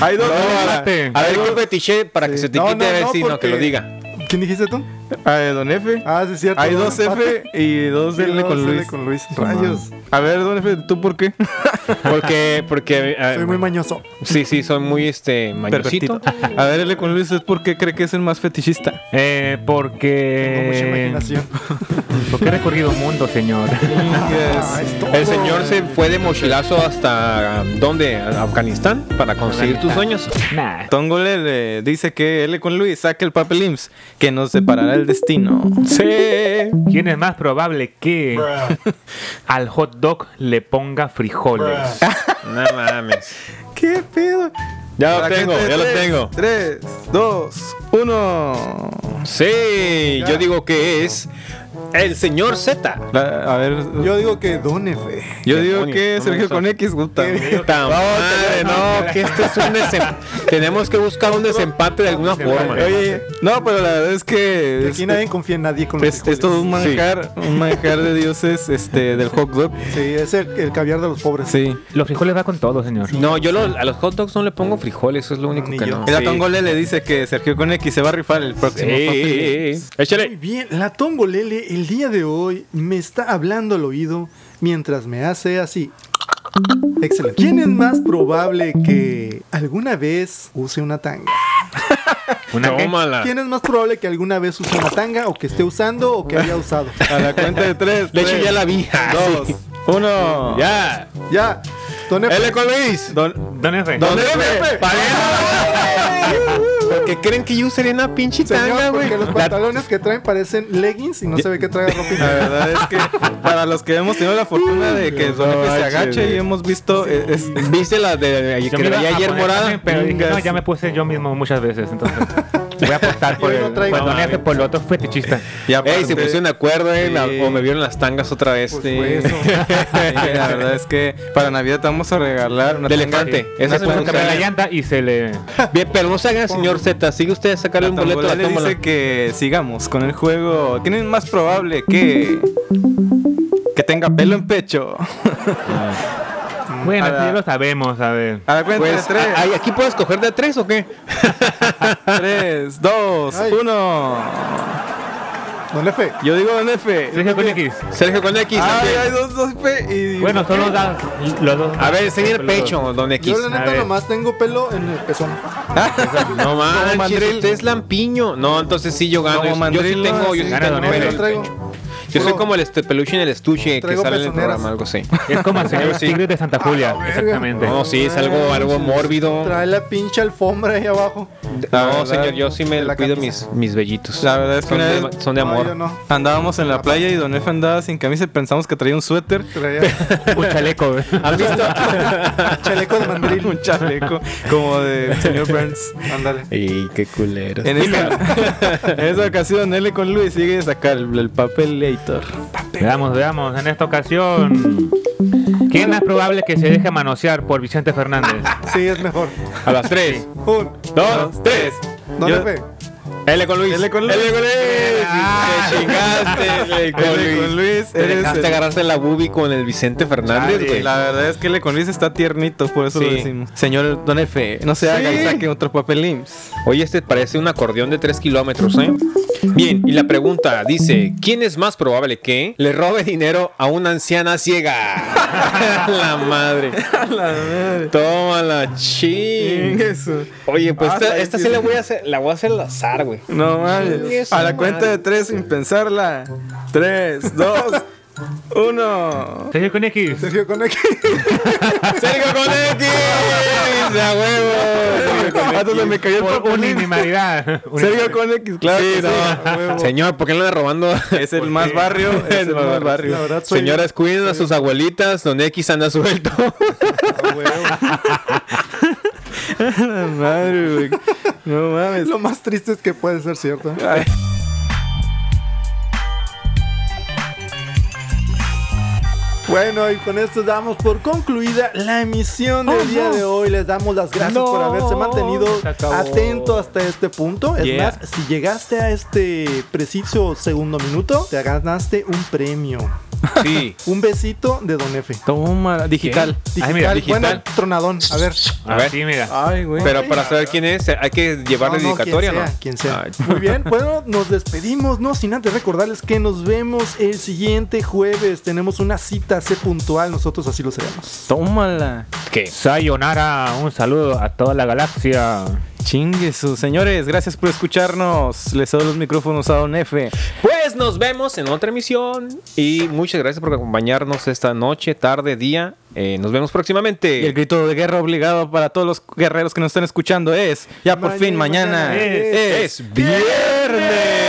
Speaker 4: Hay dos.
Speaker 3: No, a,
Speaker 5: mate.
Speaker 3: a ver, ¿qué fetiche para que se te
Speaker 1: No,
Speaker 3: quite?
Speaker 1: no,
Speaker 3: a ver
Speaker 1: no,
Speaker 3: si no, que
Speaker 1: porque-
Speaker 3: lo diga.
Speaker 1: ¿Quién dijiste tú?
Speaker 4: A ver, don F.
Speaker 1: Ah, sí, es cierto.
Speaker 4: Hay
Speaker 1: don
Speaker 4: dos
Speaker 1: empate.
Speaker 4: F y
Speaker 1: <laughs>
Speaker 4: dos
Speaker 1: Sí,
Speaker 4: L
Speaker 1: no,
Speaker 4: con
Speaker 1: sale
Speaker 4: Luis.
Speaker 1: con Luis. Rayos.
Speaker 4: A ver, don F, ¿tú por qué?
Speaker 3: Porque, porque. ah,
Speaker 1: Soy muy mañoso.
Speaker 3: <laughs> Sí, sí, soy muy este mañosito.
Speaker 4: Pervertido. A ver, L con Luis es porque cree que es el más fetichista.
Speaker 5: Eh,
Speaker 1: Tengo mucha
Speaker 5: porque.
Speaker 1: imaginación.
Speaker 5: <laughs> Porque he recorrido un mundo,
Speaker 1: <laughs>
Speaker 5: señor.
Speaker 1: Ah, es todo.
Speaker 3: El señor se fue de mochilazo hasta ¿dónde? ¿A Afganistán para conseguir tus sueños.
Speaker 5: nah.
Speaker 4: Tongo le dice que L con Luis saque el papel IMSS que nos separará el destino.
Speaker 3: Sí.
Speaker 5: ¿Quién es más probable que al hot dog le ponga frijoles?
Speaker 3: No mames.
Speaker 4: ¿Qué pedo?
Speaker 3: Ya
Speaker 4: La
Speaker 3: lo tengo,
Speaker 4: gente de
Speaker 3: ya lo
Speaker 4: tres,
Speaker 3: tengo.
Speaker 4: Tres, dos, uno.
Speaker 3: Sí, yo digo que es el señor Z.
Speaker 4: La- a ver,
Speaker 1: Yo digo que Don F.
Speaker 4: yo
Speaker 3: ¿Qué
Speaker 4: digo
Speaker 3: coño?
Speaker 4: que
Speaker 3: No me
Speaker 4: Sergio
Speaker 3: gusta.
Speaker 4: con X gusta.
Speaker 3: Puta madre, no, que este es un desempate. Tenemos que buscar un desempate de alguna forma.
Speaker 4: Oye, no, pero la verdad es pues, que
Speaker 3: Este
Speaker 1: Aquí nadie confía en nadie con los
Speaker 3: Pues,
Speaker 4: es, es
Speaker 1: frijoles.
Speaker 4: todo un manjar, un manjar de dioses este del hot dog.
Speaker 1: Sí, es el, el caviar de los pobres.
Speaker 4: Sí.
Speaker 5: Los frijoles va con todo, señor.
Speaker 3: No, yo lo- a los hot dogs no le pongo frijoles, eso es lo único
Speaker 1: Ni
Speaker 3: que
Speaker 1: yo.
Speaker 3: no.
Speaker 4: El Atongole le dice que Sergio con X se va a rifar el próximo. papel.
Speaker 3: Sí.
Speaker 1: Muy
Speaker 3: Échale.
Speaker 1: bien, la Tongolele el día de hoy me está hablando al oído mientras me hace así. Excelente. ¿Quién es más probable que alguna vez use una tanga?
Speaker 5: ¿Una qué?
Speaker 3: Tómala.
Speaker 1: ¿Quién es más probable que alguna vez use una tanga o que esté usando o que haya
Speaker 3: <laughs>
Speaker 1: usado?
Speaker 4: A
Speaker 3: Ah.
Speaker 4: la cuenta de tres.
Speaker 3: De pues. Ah, hecho,
Speaker 4: tres,
Speaker 3: ya la vi.
Speaker 4: Dos, uno.
Speaker 3: Ya.
Speaker 1: Ya, don F.
Speaker 3: L con Luis.
Speaker 4: Don-
Speaker 5: Don F.
Speaker 3: Don Pepe. Porque creen que yo usaría una pinche tanga,
Speaker 1: Señor,
Speaker 3: güey.
Speaker 1: porque los pantalones que traen parecen leggings y no se ve que trae
Speaker 4: La
Speaker 1: ropa.
Speaker 4: verdad es que para los que hemos tenido la fortuna de que Don F se
Speaker 3: manches,
Speaker 4: agache
Speaker 3: güey.
Speaker 4: y hemos visto eh, es-
Speaker 3: ¿Viste la de
Speaker 5: Yo
Speaker 3: que
Speaker 5: me iba
Speaker 3: traía
Speaker 5: a
Speaker 3: ayer
Speaker 5: poner
Speaker 3: morada?
Speaker 5: también, Pero dije, no,
Speaker 4: Vengas.
Speaker 5: ya me puse yo mismo muchas veces, entonces. Voy
Speaker 1: <laughs>
Speaker 5: a apostar por
Speaker 1: Yo no
Speaker 5: el.
Speaker 1: traigo
Speaker 5: por Don
Speaker 1: nada.
Speaker 5: F, por lo otro
Speaker 3: <laughs>
Speaker 5: fetichista.
Speaker 4: y
Speaker 3: Ey,
Speaker 4: aparte-
Speaker 3: se pusieron de acuerdo, eh, la-
Speaker 4: Sí.
Speaker 3: o me vieron las tangas otra vez.
Speaker 1: Pues
Speaker 3: Sí.
Speaker 1: fue eso.
Speaker 4: <laughs> Sí, la verdad es que para Navidad te vamos a regalar una
Speaker 3: De
Speaker 4: tanga-
Speaker 3: elefante.
Speaker 4: una
Speaker 3: Esa se me
Speaker 4: tanga-
Speaker 5: Cambié la llanta y se le.
Speaker 1: Mm.
Speaker 3: Bien, pero no se hagan, señor Z. Sigue usted a sacarle un boleto a la
Speaker 4: Tambolera
Speaker 3: tómala.
Speaker 4: dice que sigamos con el juego. ¿Quién es más probable que que tenga pelo en pecho?
Speaker 5: Bueno,
Speaker 4: A
Speaker 5: eso
Speaker 4: la-
Speaker 5: ya lo sabemos, a ver.
Speaker 4: A la cuenta
Speaker 3: Pues,
Speaker 4: de tres,
Speaker 3: ay, ¿aquí puedes coger de a tres o qué?
Speaker 4: tres, dos,
Speaker 1: Ay.
Speaker 4: uno.
Speaker 1: Don F.
Speaker 4: Yo digo Don F.
Speaker 5: Sergio con X.
Speaker 3: Sergio con X.
Speaker 4: Ay,
Speaker 3: también.
Speaker 4: hay dos, dos F y
Speaker 5: Bueno, son los, da- los dos.
Speaker 3: a ver, enseña el
Speaker 5: peludos.
Speaker 3: pecho, don X.
Speaker 1: Yo la
Speaker 5: A
Speaker 1: neta
Speaker 5: ver.
Speaker 1: nomás tengo pelo en el pezón.
Speaker 4: <laughs>
Speaker 3: No manches,
Speaker 4: mandril.
Speaker 3: usted es lampiño. No, entonces sí yo gano.
Speaker 4: Como
Speaker 3: Yo- yo sí
Speaker 4: mandril,
Speaker 1: Ah,
Speaker 3: tengo,
Speaker 4: ¿no?
Speaker 3: yo sí
Speaker 5: Gana
Speaker 3: tengo
Speaker 5: Don F.
Speaker 3: pelo
Speaker 1: Pero
Speaker 3: en
Speaker 1: traigo.
Speaker 3: el pecho. Yo soy
Speaker 1: Puro-
Speaker 3: como el este peluche en el estuche que
Speaker 1: Traigo
Speaker 3: sale en el
Speaker 1: pezoneras.
Speaker 3: programa, algo
Speaker 4: <laughs>
Speaker 3: así.
Speaker 5: Es como el señor
Speaker 3: Sí.
Speaker 5: Tigre de Santa
Speaker 1: Ah,
Speaker 5: Julia. Exactamente.
Speaker 3: No, sí, es algo, algo mórbido.
Speaker 1: Trae la pinche alfombra ahí abajo.
Speaker 4: La
Speaker 3: No,
Speaker 4: verdad,
Speaker 3: señor, yo sí
Speaker 1: de
Speaker 3: me
Speaker 1: la
Speaker 3: cuido
Speaker 1: camisa.
Speaker 3: mis, mis vellitos.
Speaker 4: La verdad es que
Speaker 3: son
Speaker 4: una
Speaker 3: de,
Speaker 4: vez-
Speaker 3: son de
Speaker 1: No,
Speaker 3: amor.
Speaker 1: yo no.
Speaker 4: Andábamos en la playa y Don F andaba sin camisa y pensamos que traía un suéter.
Speaker 3: <laughs>
Speaker 1: Traía
Speaker 5: Un chaleco. güey.
Speaker 3: ¿Has visto?
Speaker 4: <laughs>
Speaker 1: chaleco de mandril.
Speaker 4: un chaleco como de señor Burns.
Speaker 1: Ándale.
Speaker 3: y qué culero.
Speaker 4: En esa, <laughs> en esa ocasión, L con Luis sigue de sacar el, el papel Leitor.
Speaker 5: Veamos, veamos. En esta ocasión. ¿Quién es más probable que se deje manosear por Vicente Fernández?
Speaker 1: Sí, es mejor.
Speaker 3: A las
Speaker 4: <laughs>
Speaker 3: tres.
Speaker 1: Un,
Speaker 3: Dos, tres.
Speaker 1: Don
Speaker 4: Yo-
Speaker 1: F.
Speaker 3: L con Luis.
Speaker 4: L con Luis. Ah.
Speaker 3: L con Luis. Te chingaste, L con
Speaker 4: L con
Speaker 3: Luis.
Speaker 4: Luis,
Speaker 3: Te
Speaker 4: eres
Speaker 3: dejaste
Speaker 4: el-
Speaker 3: agarrarte la bubi con el Vicente Fernández,
Speaker 4: Chale,
Speaker 3: güey.
Speaker 4: La verdad es que L con Luis está tiernito, por eso lo
Speaker 3: Sí.
Speaker 4: decimos. Señor Don F, no se haga y saque otro papel IMSS.
Speaker 3: Oye, este parece un acordeón de 3 kilómetros, ¿eh? Bien, y la pregunta dice: ¿Quién es más probable que le robe dinero a una anciana ciega? <laughs> la
Speaker 4: <laughs>
Speaker 3: madre. Tómala, ching.
Speaker 4: Eso.
Speaker 3: Oye, pues
Speaker 4: Ah,
Speaker 3: esta,
Speaker 4: está
Speaker 3: esta sí
Speaker 4: bien, sí.
Speaker 3: la voy a hacer, la voy a hacer al azar, güey.
Speaker 4: No mames.
Speaker 3: Eso,
Speaker 4: A la
Speaker 3: madre.
Speaker 4: cuenta de tres sin pensarla. Tres, dos, uno.
Speaker 5: Sergio con X.
Speaker 1: Sergio con X.
Speaker 3: <laughs> ¡Sergio con
Speaker 4: <laughs>
Speaker 3: X! ¡A huevo!
Speaker 4: <laughs> Ah, se me cayó el
Speaker 5: Por
Speaker 4: papel IMSS.
Speaker 5: unanimidad.
Speaker 4: Sergio con X, claro.
Speaker 3: Sí,
Speaker 4: que sí. A
Speaker 3: no.
Speaker 4: huevo.
Speaker 3: Señor, ¿por qué no le robando?
Speaker 4: Es el más barrio.
Speaker 3: <laughs>
Speaker 4: Es el más barrio.
Speaker 1: La verdad soy.
Speaker 3: Señoras, cuiden a sus abuelitas, don X anda suelto.
Speaker 4: <laughs>
Speaker 1: Ah, huevo.
Speaker 4: La madre, güey. No
Speaker 1: <laughs>
Speaker 4: mames.
Speaker 1: Lo más triste es que puede ser cierto.
Speaker 4: Ay.
Speaker 1: Bueno, y con esto damos por concluida la emisión del día de hoy. Les damos las gracias por haberse mantenido atento hasta este punto. Es
Speaker 4: Yeah.
Speaker 1: más, si llegaste a este preciso segundo minuto, te ganaste un premio.
Speaker 3: Sí.
Speaker 1: Un besito de Don F.
Speaker 4: Toma, digital.
Speaker 3: Ah, mira,
Speaker 1: Bueno,
Speaker 3: digital.
Speaker 1: tronadón. A ver.
Speaker 5: A ver. Sí, mira.
Speaker 1: Ay, güey.
Speaker 3: <laughs> Pero para saber quién es, hay que llevarle
Speaker 1: No, no,
Speaker 3: dedicatoria, ¿no?
Speaker 1: quien sea, Quien sea.
Speaker 3: Ay,
Speaker 1: Muy bien, bueno, nos despedimos, no sin antes recordarles que nos vemos el siguiente jueves. Tenemos una cita, sé puntual, nosotros así lo seremos.
Speaker 4: Tómala.
Speaker 3: ¿Qué?
Speaker 5: Sayonara, un saludo a toda la galaxia.
Speaker 4: Chingue su. Señores, gracias por escucharnos. Les doy los micrófonos a Don F.
Speaker 3: Pues nos vemos en otra emisión. Y muchas gracias por acompañarnos esta noche, tarde, día. Eh, nos vemos
Speaker 4: Y el
Speaker 3: próximamente.
Speaker 4: grito de guerra obligado para todos los guerreros que nos están escuchando es: Ya por fin, mañana,
Speaker 5: mañana
Speaker 4: es,
Speaker 3: Es viernes.